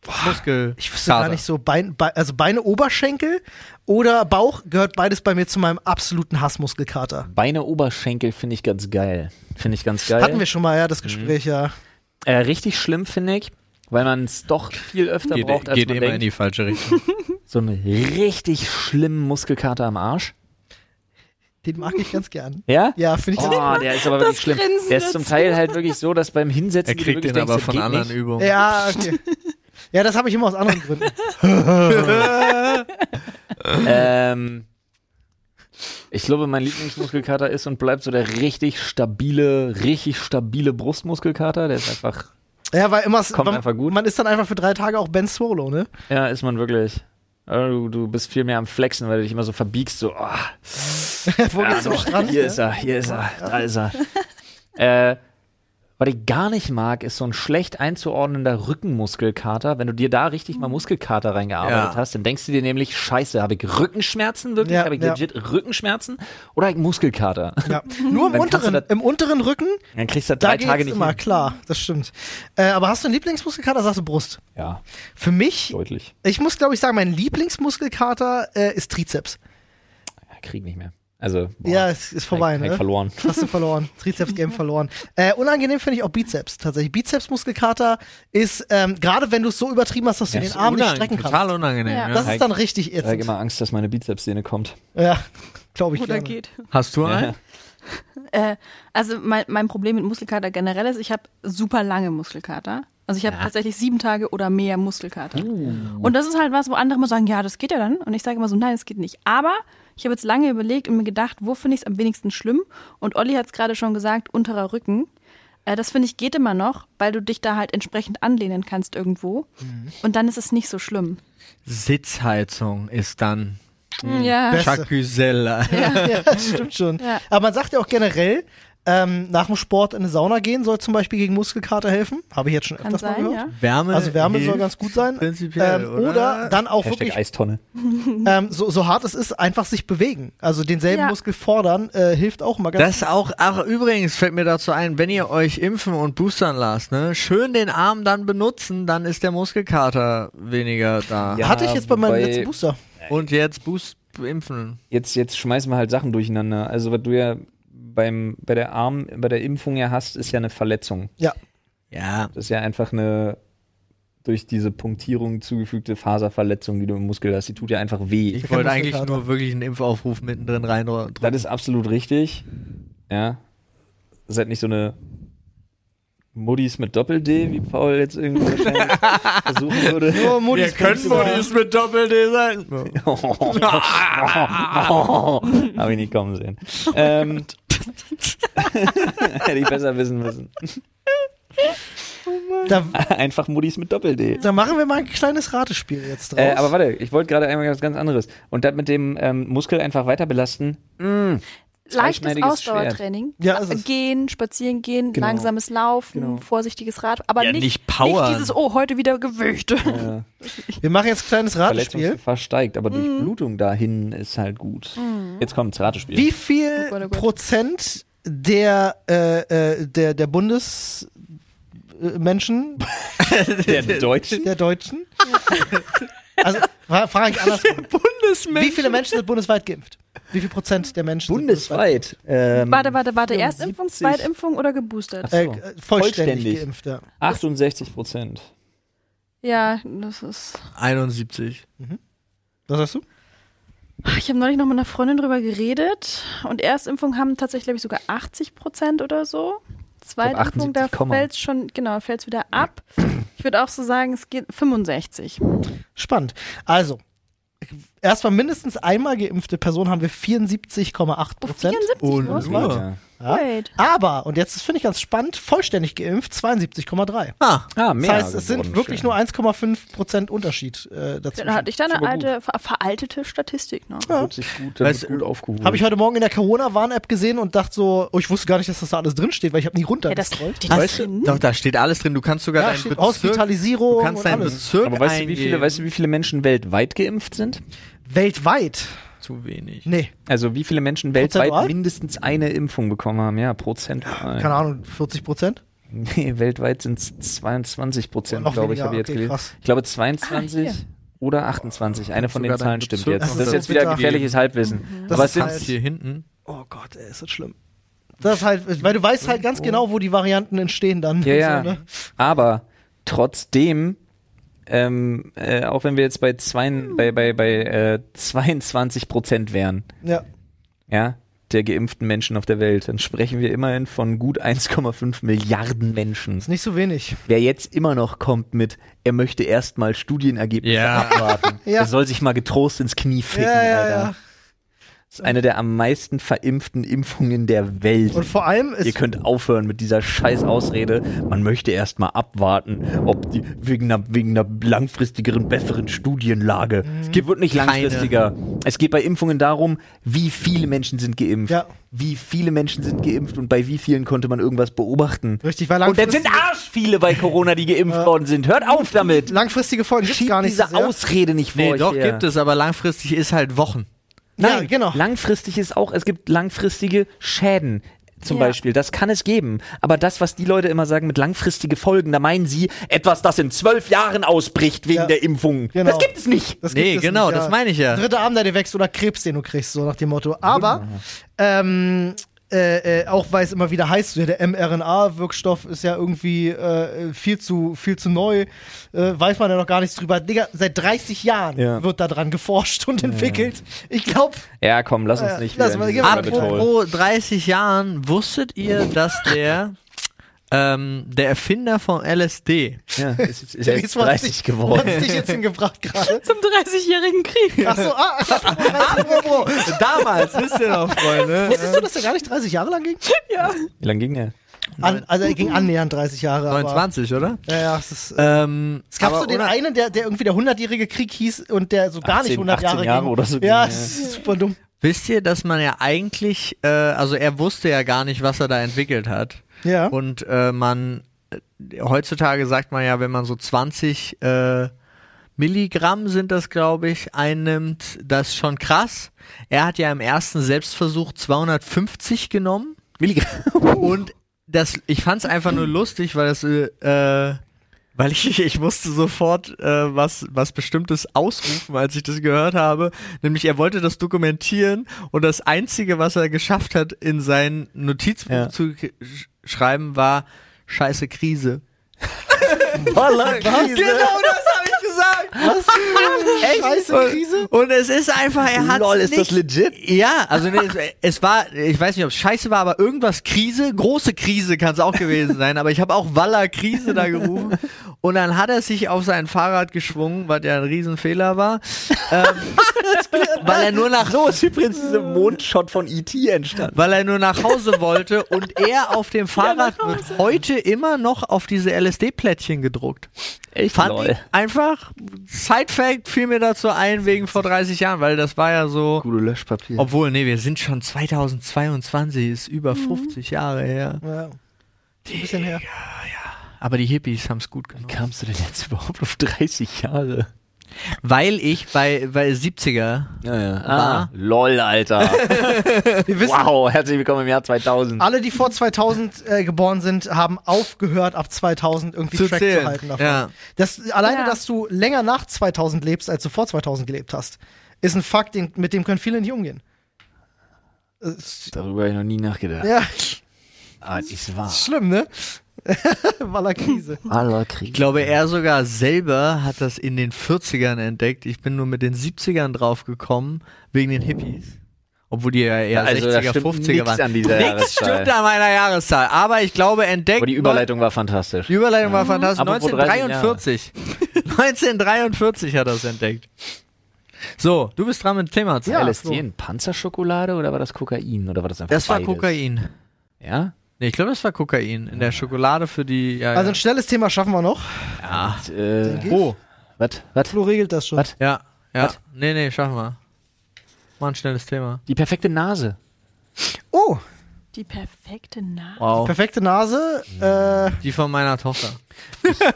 Lieblingsmuskelkater.
ich wüsste gar nicht so, Bein, Be also Beine, Oberschenkel oder Bauch gehört beides bei mir zu meinem absoluten Hassmuskelkater.
Beine Oberschenkel finde ich ganz geil. Finde ich ganz geil.
Hatten wir schon mal, ja,
Mhm.
das Gespräch, ja.
äh, richtig schlimm, finde ich, weil man es doch viel öfter
Geht,
braucht, als
geht
man
immer in
denkt.
die falsche Richtung.
So einen richtig schlimmen Muskelkater am Arsch.
Den mag ich ganz gern.
Ja?
Ja, finde ich ganz
Oh, der ist aber wirklich schlimm.
Grinsen
Der ist zum Teil halt wirklich so, dass beim Hinsetzen
Er
du
kriegt
wirklich
den aber
denkst, das
von
geht
anderen
nicht.
Übungen.
Ja, okay. Ja, das habe ich immer aus anderen Gründen.
Ähm, ich glaube, mein Lieblingsmuskelkater ist und bleibt so der richtig stabile, richtig stabile Brustmuskelkater. Der ist einfach,
Ja, weil immer
Kommt
man,
einfach gut.
man ist dann einfach für drei Tage auch Ben Swallow, ne?
ja, ist man wirklich. äh, Du, du bist viel mehr am Flexen, weil du dich immer so verbiegst, so, ah,
Wo
Ja,
geht's zum
doch,
Strand?
Hier ist er, hier ist er, da ist er. äh, was ich gar nicht mag, ist so ein schlecht einzuordnender Rückenmuskelkater. Wenn du dir da richtig
Hm.
mal Muskelkater reingearbeitet
Ja.
hast, dann denkst du dir nämlich, scheiße, habe ich Rückenschmerzen wirklich?
Ja,
habe ich
ja.
legit Rückenschmerzen? Oder habe ich Muskelkater?
Ja. Nur im
Dann kannst du
unteren,
das-
im unteren Rücken,
Dann kriegst du das
da
drei
geht's
Tage nicht
immer,
hin.
klar, das stimmt. Äh, aber hast du einen Lieblingsmuskelkater, sagst du Brust?
Ja,
Für mich,
deutlich.
ich muss glaube ich sagen, mein Lieblingsmuskelkater äh, ist Trizeps.
Ja, Krieg nicht mehr. Also, boah,
Ja, es ist vorbei,
hab ich
ne?
verloren.
Hast du verloren. Trizeps-Game verloren. Äh, unangenehm finde ich auch Bizeps tatsächlich. Bizeps-Muskelkater ist, ähm, gerade wenn du es so übertrieben hast, dass du
Ja,
den Arm nicht
Unang-
strecken kannst.
Total unangenehm.
Ja.
Ja.
Das ist dann richtig
Ich habe
ätzend.
immer Angst, dass meine Bizepssehne kommt.
Ja, glaube ich.
Oder
gerne.
geht.
Hast du einen?
Ja.
Äh, also mein, mein Problem mit Muskelkater generell ist, ich habe super lange Muskelkater. Also ich habe tatsächlich sieben Tage oder mehr Muskelkater.
Oh.
Und das ist halt was, wo andere immer sagen, ja, das geht ja dann. Und ich sage immer so, nein, das geht nicht. Aber ich habe jetzt lange überlegt und mir gedacht, wo finde ich es am wenigsten schlimm? Und Olli hat es gerade schon gesagt, unterer Rücken. Äh, das finde ich geht immer noch, weil du dich da halt entsprechend anlehnen kannst irgendwo.
Mhm.
Und dann ist es nicht so schlimm.
Sitzheizung ist dann
Ja.
Beste.
Chacusella.
Ja, das stimmt schon.
Ja.
Aber man sagt ja auch generell, Ähm, nach dem Sport in eine Sauna gehen soll zum Beispiel gegen Muskelkater helfen. Habe ich jetzt schon
Kann
öfters mal
sein,
gehört.
ja.
Wärme.
Also Wärme
hilft
soll ganz gut sein.
Prinzipiell,
Ähm,
oder?
oder dann auch
Hashtag
wirklich
Eistonne.
ähm, so, so hart es ist, einfach sich bewegen. Also denselben
Ja.
Muskel fordern äh, hilft auch mal ganz
Das auch, ach übrigens fällt mir dazu ein, wenn ihr euch impfen und boostern lasst, ne, schön den Arm dann benutzen, dann ist der Muskelkater weniger da.
Ja.
Hatte ich jetzt bei meinem
wobei-
letzten Booster.
Und jetzt Boost impfen.
Jetzt, jetzt schmeißen wir halt Sachen durcheinander. Also, was du ja beim, bei der Arm, bei der Impfung ja hast, ist ja eine Verletzung.
Ja.
Ja.
Das ist ja einfach eine durch diese Punktierung zugefügte Faserverletzung, die du im Muskel hast. Die tut ja einfach weh.
Ich
kenn
wollte
das
eigentlich
Kater.
nur wirklich einen Impfaufruf mittendrin rein.
Das ist absolut richtig. Ja. Seid nicht so eine Muddis mit Doppel-D, wie Paul jetzt irgendwie wahrscheinlich versuchen würde.
Nur Mutti
mit Doppel-D sein.
Hab ich nicht kommen sehen. ähm, hätte ich besser wissen müssen.
Da,
Einfach Muddis mit Doppel-D.
da machen wir mal ein kleines Ratespiel jetzt draus.
Äh, aber warte, ich wollte gerade einmal was ganz anderes. Und das mit dem ähm, Muskel einfach weiter belasten. Mm.
Leichtes
Zweischneidiges
Ausdauertraining. Äh,
Ja, ist es.
Gehen, spazieren gehen,
Genau.
langsames Laufen,
Genau.
vorsichtiges Rad, aber
Ja,
nicht,
nicht powern.
nicht dieses, oh, heute wieder Gewicht.
Äh,
wir machen jetzt ein kleines Ratespiel.
Verletzungsgefahr steigt, aber
Mhm.
durch Blutung dahin ist halt gut. Jetzt kommt das Ratespiel.
Wie viel
Oh Gott, oh Gott.
Prozent der, äh, äh, der, der Bundesmenschen,
Der Deutsche?
der Deutschen? also fra- frage ich andersrum.
Bundesmensch.
Wie viele Menschen sind bundesweit geimpft? Wie viel Prozent der Menschen
Bundesweit. Ähm,
Warte, warte, warte.
74.
Erstimpfung, Zweitimpfung oder geboostert?
Ach
sind
so.
bundesweit? Äh, vollständig,
Vollständig.
geimpft, ja.
68 Prozent.
Ja, das ist.
71.
Was sagst du?
Ich habe neulich noch mit einer Freundin drüber geredet und Erstimpfung haben tatsächlich, glaube ich, sogar 80 Prozent oder so. Zweitimpfung, da
78, Komma.
fällt schon, genau, fällt es wieder ab. Ich würde auch so sagen, es geht Oh, 65.
Spannend. Also, erstmal mindestens einmal geimpfte Personen haben wir 74,8
Oh,
Prozent.
74
Und-
nur?
Ja.
Ja.
Wait.
Aber, und jetzt finde ich ganz spannend, vollständig geimpft 72,3.
Ah,
Ah, mehr.
Das heißt, es sind
geworden,
wirklich
schön.
nur 1,5 Prozent Unterschied äh, dazu.
Dann hatte ich da eine
Super gut.
alte, ver veraltete Statistik noch.
Tut sich gut, damit
Weißt-
gut aufgeholt.
Habe ich heute Morgen in der Corona-Warn-App gesehen und dachte so, oh, ich wusste gar nicht, dass das da alles drinsteht, weil ich habe nie runter.
Ja, das,
gescrollt.
die, das
weißt du, doch, da steht alles drin. Du kannst sogar
ja
deinen
steht
Bezirk,
Hospitalisierung
du kannst
und
deinen
alles.
Bezirk
Aber weißt du, wie viele,
eingeben.
weißt du, wie viele Menschen weltweit geimpft sind?
Weltweit?
Zu wenig.
Nee,
Also wie viele Menschen weltweit
Prozentual?
mindestens eine Impfung bekommen haben? Ja, prozentual.
keine Ahnung, 40 Prozent?
Nee, weltweit sind es 22 Prozent,
Noch
glaube ich,
weniger,
habe ich jetzt
okay,
gelesen.
krass.
Ich glaube 22 oder 28. Eine von den
Sogar dein
Zahlen stimmt
Bezirk
jetzt.
noch
Das ist
dazu.
jetzt wieder
Bitter.
gefährliches Halbwissen.
Das
Aber
ist
es sind
halt-
Kannst hier hinten.
Oh Gott, ey, ist das schlimm. Das ist halt, weil du weißt halt ganz genau, wo die Varianten entstehen dann.
Ja, ja.
So, ne?
Aber trotzdem, ähm, äh, auch wenn wir jetzt bei, zwei, bei, bei, bei äh, 22 Prozent wären,
ja.
ja, der geimpften Menschen auf der Welt, dann sprechen wir immerhin von gut 1,5 Milliarden Menschen.
Ist nicht so wenig.
Wer jetzt immer noch kommt mit, er möchte erstmal Studienergebnisse
Ja.
abwarten,
Ja.
der soll sich mal getrost ins Knie ficken,
Ja, ja,
Alter.
ja.
Das ist eine der am meisten verimpften Impfungen der Welt.
Und vor allem
Ihr
ist
könnt aufhören mit dieser scheiß Ausrede. Man möchte erst mal abwarten, ob die wegen einer, wegen einer langfristigeren, besseren Studienlage.
Mhm.
Es geht, wird nicht langfristiger. Es geht bei Impfungen darum, wie viele Menschen sind geimpft.
Ja.
Wie viele Menschen sind geimpft und bei wie vielen konnte man irgendwas beobachten.
richtig, weil
Und dann
langfristig,
sind arsch viele bei Corona, die geimpft worden sind. Hört auf damit.
langfristige Folgen gibt
Schiebt
gar nicht
diese
so sehr.
Ausrede nicht vor
Nee,
euch
doch,
her.
gibt es, aber langfristig ist halt Wochen.
Ja, genau.
Langfristig ist auch, es gibt langfristige Schäden. Zum
Ja.
Beispiel, das kann es geben. Aber das, was die Leute immer sagen mit langfristige Folgen, da meinen sie etwas, das in zwölf Jahren ausbricht wegen
Ja.
der Impfung.
Genau.
Das gibt es nicht.
Das
Nee,
gibt es
genau, das meine ich ja.
Dritter Arm, der dir wächst oder Krebs, den du kriegst, so nach dem Motto. Aber ähm, äh, äh, auch weil es immer wieder heißt, so, ja, der mRNA-Wirkstoff ist ja irgendwie äh, viel, zu, viel zu neu, äh, weiß man ja noch gar nichts drüber. Digga, seit 30 Jahren
Ja.
wird da dran geforscht und entwickelt. Ich glaube,
Ja, komm, lass
uns Ja, nicht lass wieder in mal- dieses gehen wir Rabbit mal- Hole.
Apropos 30 Jahren, wusstet ihr, dass der, ähm, der Erfinder von LSD,
Ja, es ist, es ist jetzt 30
Hat
geworden.
dich jetzt hingebracht gerade.
Zum 30-jährigen Krieg.
Ach so, ah, Oh.
damals, wisst ihr noch, Freunde,
wusstest du, dass er gar nicht 30 Jahre lang ging?
Wie lange ging der?
An, also er ging annähernd 30 Jahre. Aber,
29, oder?
ja, ja, es ist,
Ähm,
Es gab
aber
so den
ohne-
einen, der, der irgendwie der hundertjährige Krieg hieß und der so gar nicht
18,
100 Jahre
18 Jahre
ging.
oder so
Ja,
ging,
es ist super dumm.
Wisst ihr, dass man ja eigentlich, äh, also er wusste ja gar nicht, was er da entwickelt hat.
Ja.
Und äh, man, äh, heutzutage sagt man ja, wenn man so 20 äh, Milligramm sind das, glaube ich, einnimmt, das ist schon krass. Er hat ja im ersten Selbstversuch 250 genommen. Milligramm. Und das, ich fand es einfach nur lustig, weil das, äh, weil ich, ich musste sofort äh, was, was Bestimmtes ausrufen, als ich das gehört habe. Nämlich, er wollte das dokumentieren und das Einzige, was er geschafft hat, in sein Notizbuch
Ja.
zu k- sch- schreiben, war Scheiße Krise.
Was?
genau das habe ich gesagt.
Was? Genau Scheiße, Krise?
Und, und es ist einfach, er hat.
Lol, ist das
nicht,
legit?
Ja, also nee, es, es war, ich weiß nicht, ob es scheiße war, aber irgendwas Krise, große Krise kann es auch gewesen sein, aber ich habe auch Walla Krise da gerufen. Und dann hat er sich auf sein Fahrrad geschwungen, was ja ein Riesenfehler war, ähm, weil er nur nach
So ist übrigens dieser Mondshot von E.T. entstanden.
weil er nur nach Hause wollte und er auf dem Fahrrad wird heute immer noch auf diese LSD-Plättchen gedruckt.
Ich
Fand ich einfach, Side-Fact fiel mir dazu ein, wegen vor 30 Jahren, weil das war ja so,
Gute Löschpapier.
obwohl, nee, wir sind schon 2022, ist über 50 Jahre her.
Ja. Ein bisschen her.
Aber die Hippies haben es gut gemacht.
kamst du denn jetzt überhaupt auf 30 Jahre?
Weil ich bei, bei 70er,
Ja, ja.
Ah.
lol, Alter. wow, herzlich willkommen im Jahr 2000.
Alle, die vor 2000 äh, geboren sind, haben aufgehört, ab 2000 irgendwie
Zu
Track
zählen,
zu halten davon.
ja.
Das, alleine,
Ja.
dass du länger nach 2000 lebst, als du vor 2000 gelebt hast, ist ein Fakt, den, mit dem können viele nicht umgehen. Äh,
Darüber habe ich noch nie nachgedacht.
Ja,
Ah, ist wahr.
schlimm, ne? Waller Krise.
Aller
ich
Krieg.
glaube, er sogar selber hat das in den 40ern entdeckt. Ich bin nur mit den 70ern draufgekommen, wegen den Hippies. Obwohl die ja eher
Also, da
60er,
stimmt
50er
nix
waren.
an dieser
Nix
Jahreszahl.
stimmt an meiner Jahreszahl. Aber ich glaube, entdeckt.
Aber die Überleitung war fantastisch.
Die Überleitung war fantastisch.
Apropos
1943. 1943 hat er es entdeckt. So, du bist dran mit dem Thema. Zeit.
Ja,
LSD
so.
in Panzerschokolade oder war das Kokain? Oder war das einfach
das war
beides?
Kokain.
Ja?
Nee, ich glaube, das war Kokain. In der Schokolade für die. Ja,
Also ein schnelles Thema schaffen wir noch.
ja.
Und, äh,
Ge-
Oh,
was? Was?
Flo regelt das schon.
Was?
ja, ja.
Was?
Nee, nee, schaffen wir. Mal ein schnelles Thema.
Die perfekte Nase.
Oh,
Die perfekte Nase.
Oh.
Wow.
perfekte Nase. Äh,
Die von meiner Tochter.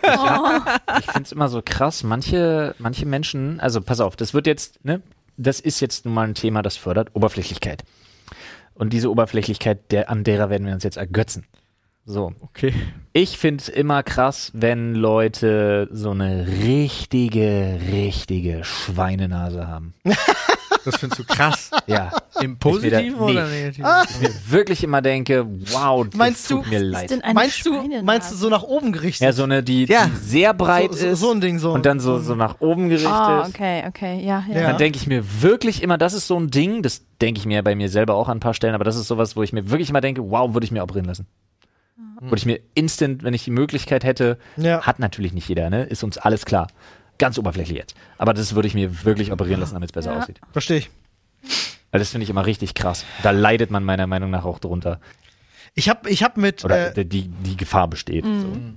Ich finde es immer so krass. Manche, manche Menschen, also pass auf, das wird jetzt, ne, das ist jetzt nun mal ein Thema, das fördert Oberflächlichkeit. Und diese Oberflächlichkeit, der, an derer werden wir uns jetzt ergötzen. So.
Okay.
Ich finde es immer krass, wenn Leute so eine richtige, richtige Schweinenase haben.
Das findest du krass.
Ja.
Im Positiven
nee.
oder Ah. Negativen?
Ich mir wirklich immer denke, wow, das
Meinst
tut
du-
mir
Was ist
leid.
denn eine
meinst, du,
Schweinenase?
meinst du so nach oben gerichtet?
Ja, so eine, die,
Ja.
die sehr breit
So- so-
ist.
so ein Ding, so Mhm. ein-
Und dann so, so nach oben gerichtet.
Ah, okay, okay, ja, ja.
Ja.
Dann denke ich mir wirklich immer, das ist so ein Ding, das denke ich mir bei mir selber auch an ein paar Stellen, aber das ist sowas, wo ich mir wirklich immer denke, wow, würde ich mir operieren lassen. Würde ich mir instant, wenn ich die Möglichkeit hätte,
Mhm. Ja.
hat natürlich nicht jeder, ne? Ist uns alles klar. Ganz oberflächlich jetzt. Aber das würde ich mir wirklich operieren lassen, damit es besser
Ja.
aussieht.
Verstehe ich.
Weil das finde ich immer richtig krass. Da leidet man meiner Meinung nach auch drunter.
Ich habe ich hab mit,
Oder
äh, Mhm.
die, die Gefahr besteht.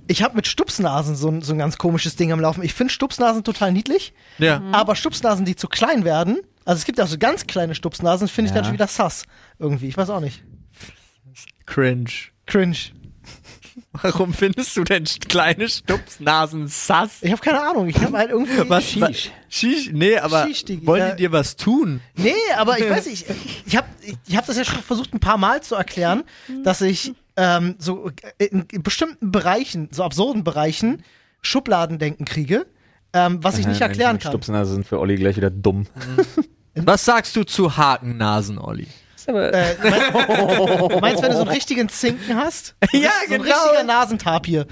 ich hab mit Stupsnasen so, ein- so ein ganz komisches Ding am Laufen. Ich finde Stupsnasen total niedlich,
Ja.
aber Stupsnasen, die zu klein werden, also es gibt ja auch so ganz kleine Stupsnasen, finde ich
Ja.
dann schon wieder sass. Irgendwie, ich weiß auch nicht.
Cringe.
Cringe.
Warum findest du denn kleine Stupsnasen sass?
Ich habe keine Ahnung. Ich habe halt irgendwie.
Was?
Shish.
Shish? Nee, aber
Shish, Digi,
wollen
ja.
die dir was tun?
Nee, aber ich weiß nicht. Ich habe ich, ich hab das ja schon versucht, ein paar Mal zu erklären, dass ich ähm, so in bestimmten Bereichen, so absurden Bereichen, Schubladendenken kriege, ähm, was ich nicht erklären kann.
Stupsnase sind für Olli gleich wieder dumm.
Was sagst du zu Hakennasen, Olli?
Äh, meinst, meinst, wenn du so einen richtigen Zinken hast?
Ja,
So ein richtiger Nasentapir.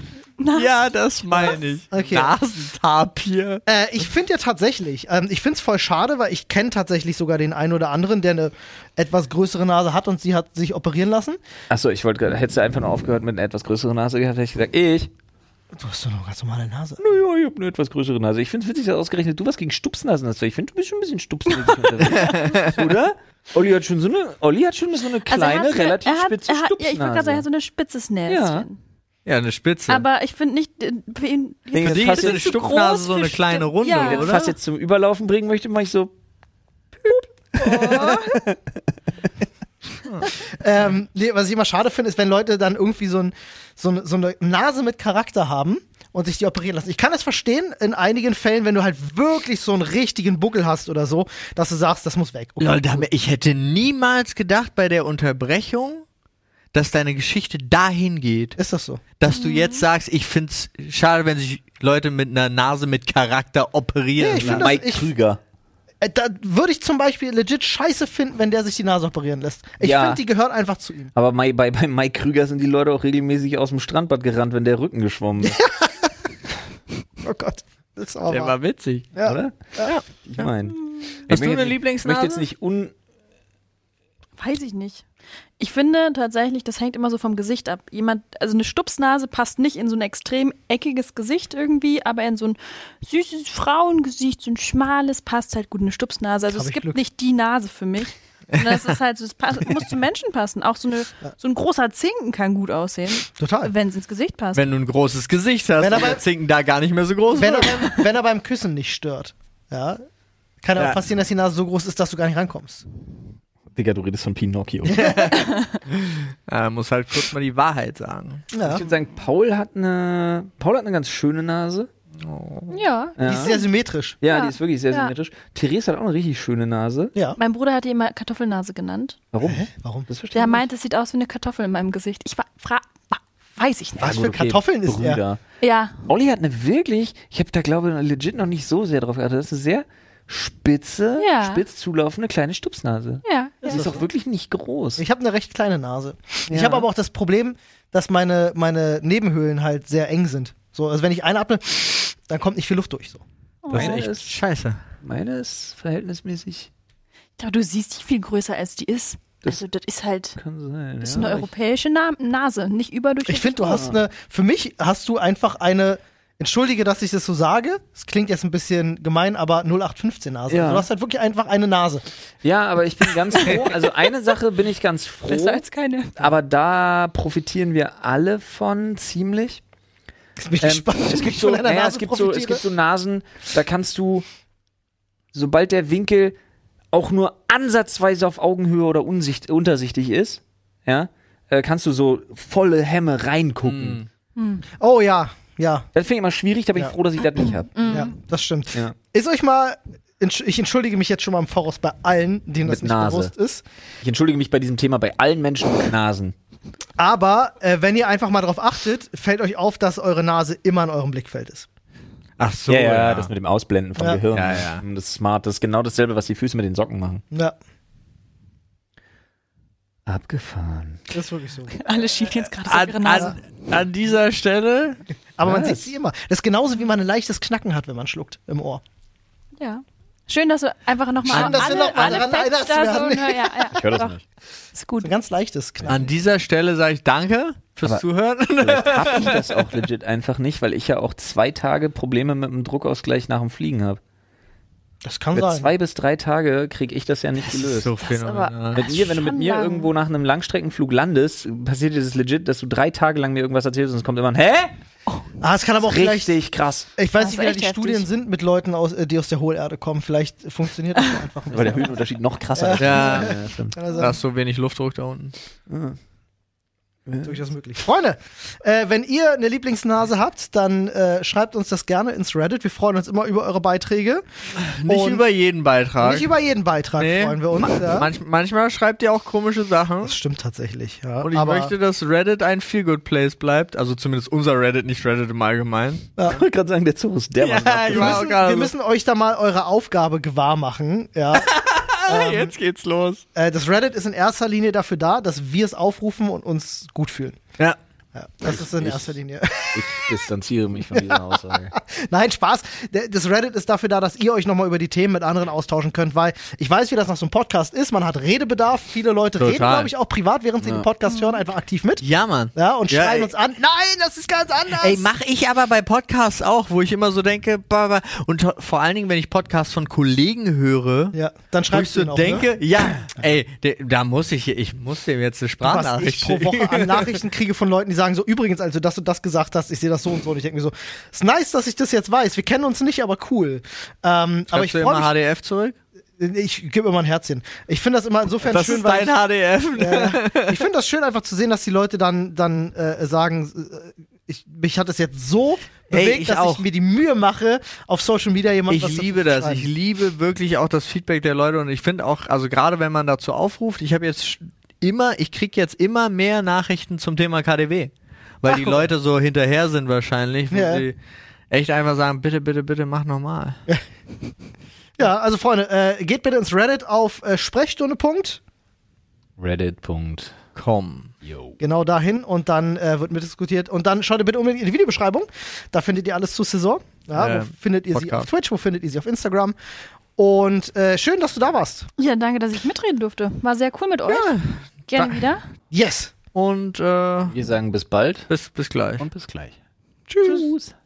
Ja, das meine ich.
Okay.
Nasentapir.
Äh, ich finde ja tatsächlich, ähm, ich finde es voll schade, weil ich kenne tatsächlich sogar den einen oder anderen, der eine etwas größere Nase hat und sie hat sich operieren lassen.
Achso, ich wollte gerade, hättest du einfach nur aufgehört mit einer etwas größeren Nase gehabt, hätte ich gesagt, ich.
Du hast doch noch ganz normale Nase.
Naja, ich habe eine etwas größere Nase. Ich finde es witzig, dass ausgerechnet du was gegen Stupsnasen hast. weil Ich finde, du bist schon ein bisschen stupsnasig unterwegs. Oder? Olli hat schon so eine, Olli hat schon so eine
Also er
kleine,
hat so-
relativ
er hat,
spitze
er hat, Ja, ich wollte gerade
Stupsnase.
sagen, er hat so ein spitzes Näschen.
Ja, eine Spitze.
Aber ich finde nicht, äh, für ihn
Deswegen
für
das
dich
passt
ist eine
jetzt-
zu
Stupsnase
groß
so eine
für
kleine
Stup-
Runde,
Ja.
wenn ich
oder?
das fast jetzt zum Überlaufen bringen möchte, mache ich so.
Ähm, nee, was ich immer schade finde, ist, wenn Leute dann irgendwie so, ein, so, eine- so eine Nase mit Charakter haben und sich die operieren lassen. Ich kann es verstehen in einigen Fällen, wenn du halt wirklich so einen richtigen Buckel hast oder so, dass du sagst, das muss weg. Okay.
Lol, da, ich hätte niemals gedacht bei der Unterbrechung, dass deine Geschichte dahin geht,
Ist das so?
dass du
Mhm.
jetzt sagst, ich find's schade, wenn sich Leute mit einer Nase mit Charakter operieren.
Nee, ich find
lassen.
Mike
Mike
ich-
Krüger.
Äh, Da würde ich zum Beispiel legit scheiße finden, wenn der sich die Nase operieren lässt. Ich
Ja.
finde, die gehört einfach zu ihm.
Aber bei, bei, bei Mike Krüger sind die Leute auch regelmäßig aus dem Strandbad gerannt, wenn der Rücken geschwommen ist,
Oh Gott. Das ist auch
der
wahr.
war witzig.
Ja.
oder?
Ja.
Ich meine.
Hast du eine Lieblingsnase?
Ich möchte jetzt nicht un.
Weiß ich nicht. Ich finde tatsächlich, das hängt immer so vom Gesicht ab. Jemand, also eine Stupsnase passt nicht in so ein extrem eckiges Gesicht irgendwie, aber in so ein süßes Frauengesicht, so ein schmales, passt halt gut in eine Stupsnase. Also
Hab
es
ich
gibt
Glück.
nicht die Nase für mich. sondern Das ist halt, so, es passt, muss zum Menschen passen. Auch so, eine, so ein großer Zinken kann gut aussehen,
Total.
wenn es ins Gesicht passt.
Wenn du ein großes Gesicht hast,
Wenn
dann
aber-
der Zinken da gar nicht mehr so groß.
Wenn er,
wird.
beim, wenn er beim Küssen nicht stört. Ja. Kann ja.
Ja.
auch passieren, dass die Nase so groß ist, dass du gar nicht rankommst.
Digga, du redest von Pinocchio.
Ja, muss halt kurz mal die Wahrheit sagen.
Ja.
Ich würde sagen, Paul hat eine. Paul hat eine ganz schöne Nase.
ja.
Ja,
Die ist sehr symmetrisch.
ja,
Ja.
die ist wirklich sehr
Ja.
symmetrisch. Therese hat auch eine richtig schöne Nase.
Ja.
Mein Bruder hat die immer Kartoffelnase genannt.
Warum?
Hä? Warum?
Das verstehe
Der
ich
meint, es sieht aus wie eine Kartoffel in meinem Gesicht. Ich war, fra wa- weiß ich nicht.
Was
nicht.
für
Gut, okay,
Kartoffeln ist
Brüder.
er?
Ja,
Olli hat eine wirklich, ich habe da glaube ich legit noch nicht so sehr drauf geachtet, das ist eine sehr spitze,
Ja.
spitz zulaufende kleine Stupsnase.
ja.
Die ist auch wirklich nicht groß.
Ich habe eine recht kleine Nase. Ich
Ja.
habe aber auch das Problem, dass meine, meine Nebenhöhlen halt sehr eng sind. So, also wenn ich einatme, dann kommt nicht viel Luft durch. So.
meine,
Echt
ist,
scheiße.
meine ist verhältnismäßig,
Aber du siehst dich viel größer, als die ist. also das ist halt
kann sein.
das ist
ja,
eine
aber ich-
europäische Na Nase, nicht überdurchschnittlich.
Ich finde, du hast eine, für mich hast du einfach eine, entschuldige, dass ich das so sage, es klingt jetzt ein bisschen gemein, aber 0815 Nase.
Ja.
Also du hast halt wirklich einfach eine Nase.
Ja, aber ich bin ganz froh. Also eine Sache bin ich ganz froh,
besser als keine.
aber da profitieren wir alle von ziemlich.
Jetzt bin ich
Ähm,
gespannt,
es
wie
gibt
ich
so,
von deiner
naja,
Nase
es gibt so, es
profitiere.
gibt so Nasen, da kannst du, sobald der Winkel auch nur ansatzweise auf Augenhöhe oder unsicht, untersichtig ist, ja, äh, kannst du so volle Hämme reingucken.
Mm.
oh ja, ja,
Das finde ich immer schwierig, da bin
Ja.
ich froh, dass ich das nicht habe.
ja, das stimmt.
Ja.
Ist euch mal, entsch- ich entschuldige mich jetzt schon mal im Voraus bei allen, denen das nicht
Mit Nase.
bewusst ist.
Ich entschuldige mich bei diesem Thema bei allen Menschen mit Nasen.
Aber äh, wenn ihr einfach mal drauf achtet, fällt euch auf, dass eure Nase immer in eurem Blickfeld ist.
Ach so.
ja, ja, das mit dem Ausblenden vom
Ja.
Gehirn.
Ja, ja.
Das ist smart, das ist genau dasselbe, was die Füße mit den Socken machen.
Ja,
Abgefahren.
das ist wirklich so.
Alle schielen jetzt gerade auf
an,
ihre Nase.
an, an dieser Stelle
Aber man
Was?
sieht sie immer. Das ist genauso, wie man ein leichtes Knacken hat, wenn man schluckt im Ohr.
Ja. Schön, dass du einfach nochmal
Schön, dass du
alle,
noch mal
alle
daran
Facts
erinnerst,
da
wir
so.
haben nicht-
ne, ja, ja.
Ich höre das
Doch,
nicht.
Ist
So
gut.
ein ganz leichtes Knacken.
An dieser Stelle sage ich danke fürs
Aber-
Zuhören.
Vielleicht hab ich das auch legit einfach nicht, weil ich ja auch zwei Tage Probleme mit dem Druckausgleich nach dem Fliegen habe.
Das kann
Für
sein.
Ah, zwei bis drei Tage kriege ich das ja nicht gelöst.
so
Das ist aber,
mit mir, wenn du mit
schon
mir
lang.
irgendwo nach einem Langstreckenflug landest, passiert dir das legit, dass du drei Tage lang mir irgendwas erzählst und es kommt immer ein Hä?
Ah, es kann aber auch vielleicht.
Richtig krass.
Ich
Das
weiß nicht,
ist
wie da
echt
die Studien
heftig.
sind mit Leuten, aus, äh, die aus der Hohlerde kommen. Vielleicht funktioniert das ja einfach ein
Weil der
bisschen.
Höhenunterschied noch krasser ist.
Ja.
Ja, stimmt.
Kann ja sein.
Da ist so wenig Luftdruck da unten.
durchaus möglich. Freunde, äh, wenn ihr eine Lieblingsnase habt, dann äh, schreibt uns das gerne ins Reddit. Wir freuen uns immer über eure Beiträge.
Nicht
Und-
über jeden Beitrag.
Nicht über jeden Beitrag
Nee.
freuen wir uns. Ja.
Manch, manchmal schreibt ihr auch komische Sachen.
Das stimmt tatsächlich. Ja.
Und ich
aber,
möchte, dass Reddit ein Feel-Good-Place bleibt. Also zumindest unser Reddit, nicht Reddit im Allgemeinen.
Ich wollte gerade sagen, der Zug ist der
Ja, ich
wir,
war auch
müssen,
gerade
wir
so-
müssen euch da mal eure Aufgabe gewahr machen. Ja.
Ah, Jetzt geht's los.
Äh, das Reddit ist in erster Linie dafür da, dass wir es aufrufen und uns gut fühlen.
Ja.
Ja, das ist in
ich-
erster Linie.
Ich distanziere mich von dieser Aussage.
Nein, Spaß. Der- Das Reddit ist dafür da, dass ihr euch nochmal über die Themen mit anderen austauschen könnt, weil ich weiß, wie das nach so einem Podcast ist. Man hat Redebedarf. Viele Leute
Total.
reden, glaube ich, auch privat, während sie den Podcast hören, einfach aktiv mit.
Ja, Mann.
Ja, und
Ja,
schreiben
ey.
uns an. Nein, das ist ganz anders.
Ey, mach ich aber bei Podcasts auch, wo ich immer so denke, bah, bah. und to- vor allen Dingen, wenn ich Podcasts von Kollegen höre,
Ja,
wo
dann
ich
schreibst du
so
ihn auch, ne?
denke, ja, ey, de, da muss ich, ich muss dem jetzt eine
Was
Sprachnachricht
ich pro Woche an Nachrichten kriege von Leuten, die sagen so, übrigens, als du das und das gesagt hast, ich sehe das so und so. Und ich denke mir so, ist nice, dass ich das jetzt weiß. Wir kennen uns nicht, aber cool. Ähm, aber ich
Schreibst du
freue
immer
mich
HDF zurück?
Ich gebe immer ein Herzchen. Ich finde das immer insofern
Das
schön,
ist
weil
dein HDF.
ich, äh, ich finde das schön einfach zu sehen, dass die Leute dann, dann äh, sagen, äh, ich, mich hat es jetzt so
Ey,
bewegt,
ich
dass
auch.
ich mir die Mühe mache, auf Social Media jemand was
Ich
dazu
liebe
zu
das.
schreiben.
Ich liebe wirklich auch das Feedback der Leute und ich finde auch, also gerade wenn man dazu aufruft, ich habe jetzt sch- immer, ich kriege jetzt immer mehr Nachrichten zum Thema KDW, weil die Leute so hinterher sind wahrscheinlich, wo
Ja.
sie echt einfach sagen, bitte, bitte, bitte, mach nochmal.
ja, also Freunde, äh, geht bitte ins Reddit auf äh, Sprechstunde. Punkt.
Reddit. Punkt.
Komm.
Genau dahin und dann äh, wird mitdiskutiert. Und dann schaut ihr bitte unbedingt in die Videobeschreibung. Da findet ihr alles zu Saison. Ja,
Äh,
wo findet ihr sie
Podcast.
auf Twitch, wo findet ihr sie auf Instagram. Und äh, schön, dass du da warst.
Ja, danke, dass ich mitreden durfte. War sehr cool mit euch. Gerne wieder.
Yes.
Und äh,
Wir sagen bis bald
bis, bis gleich.
und bis gleich.
Tschüss.
Tschüss.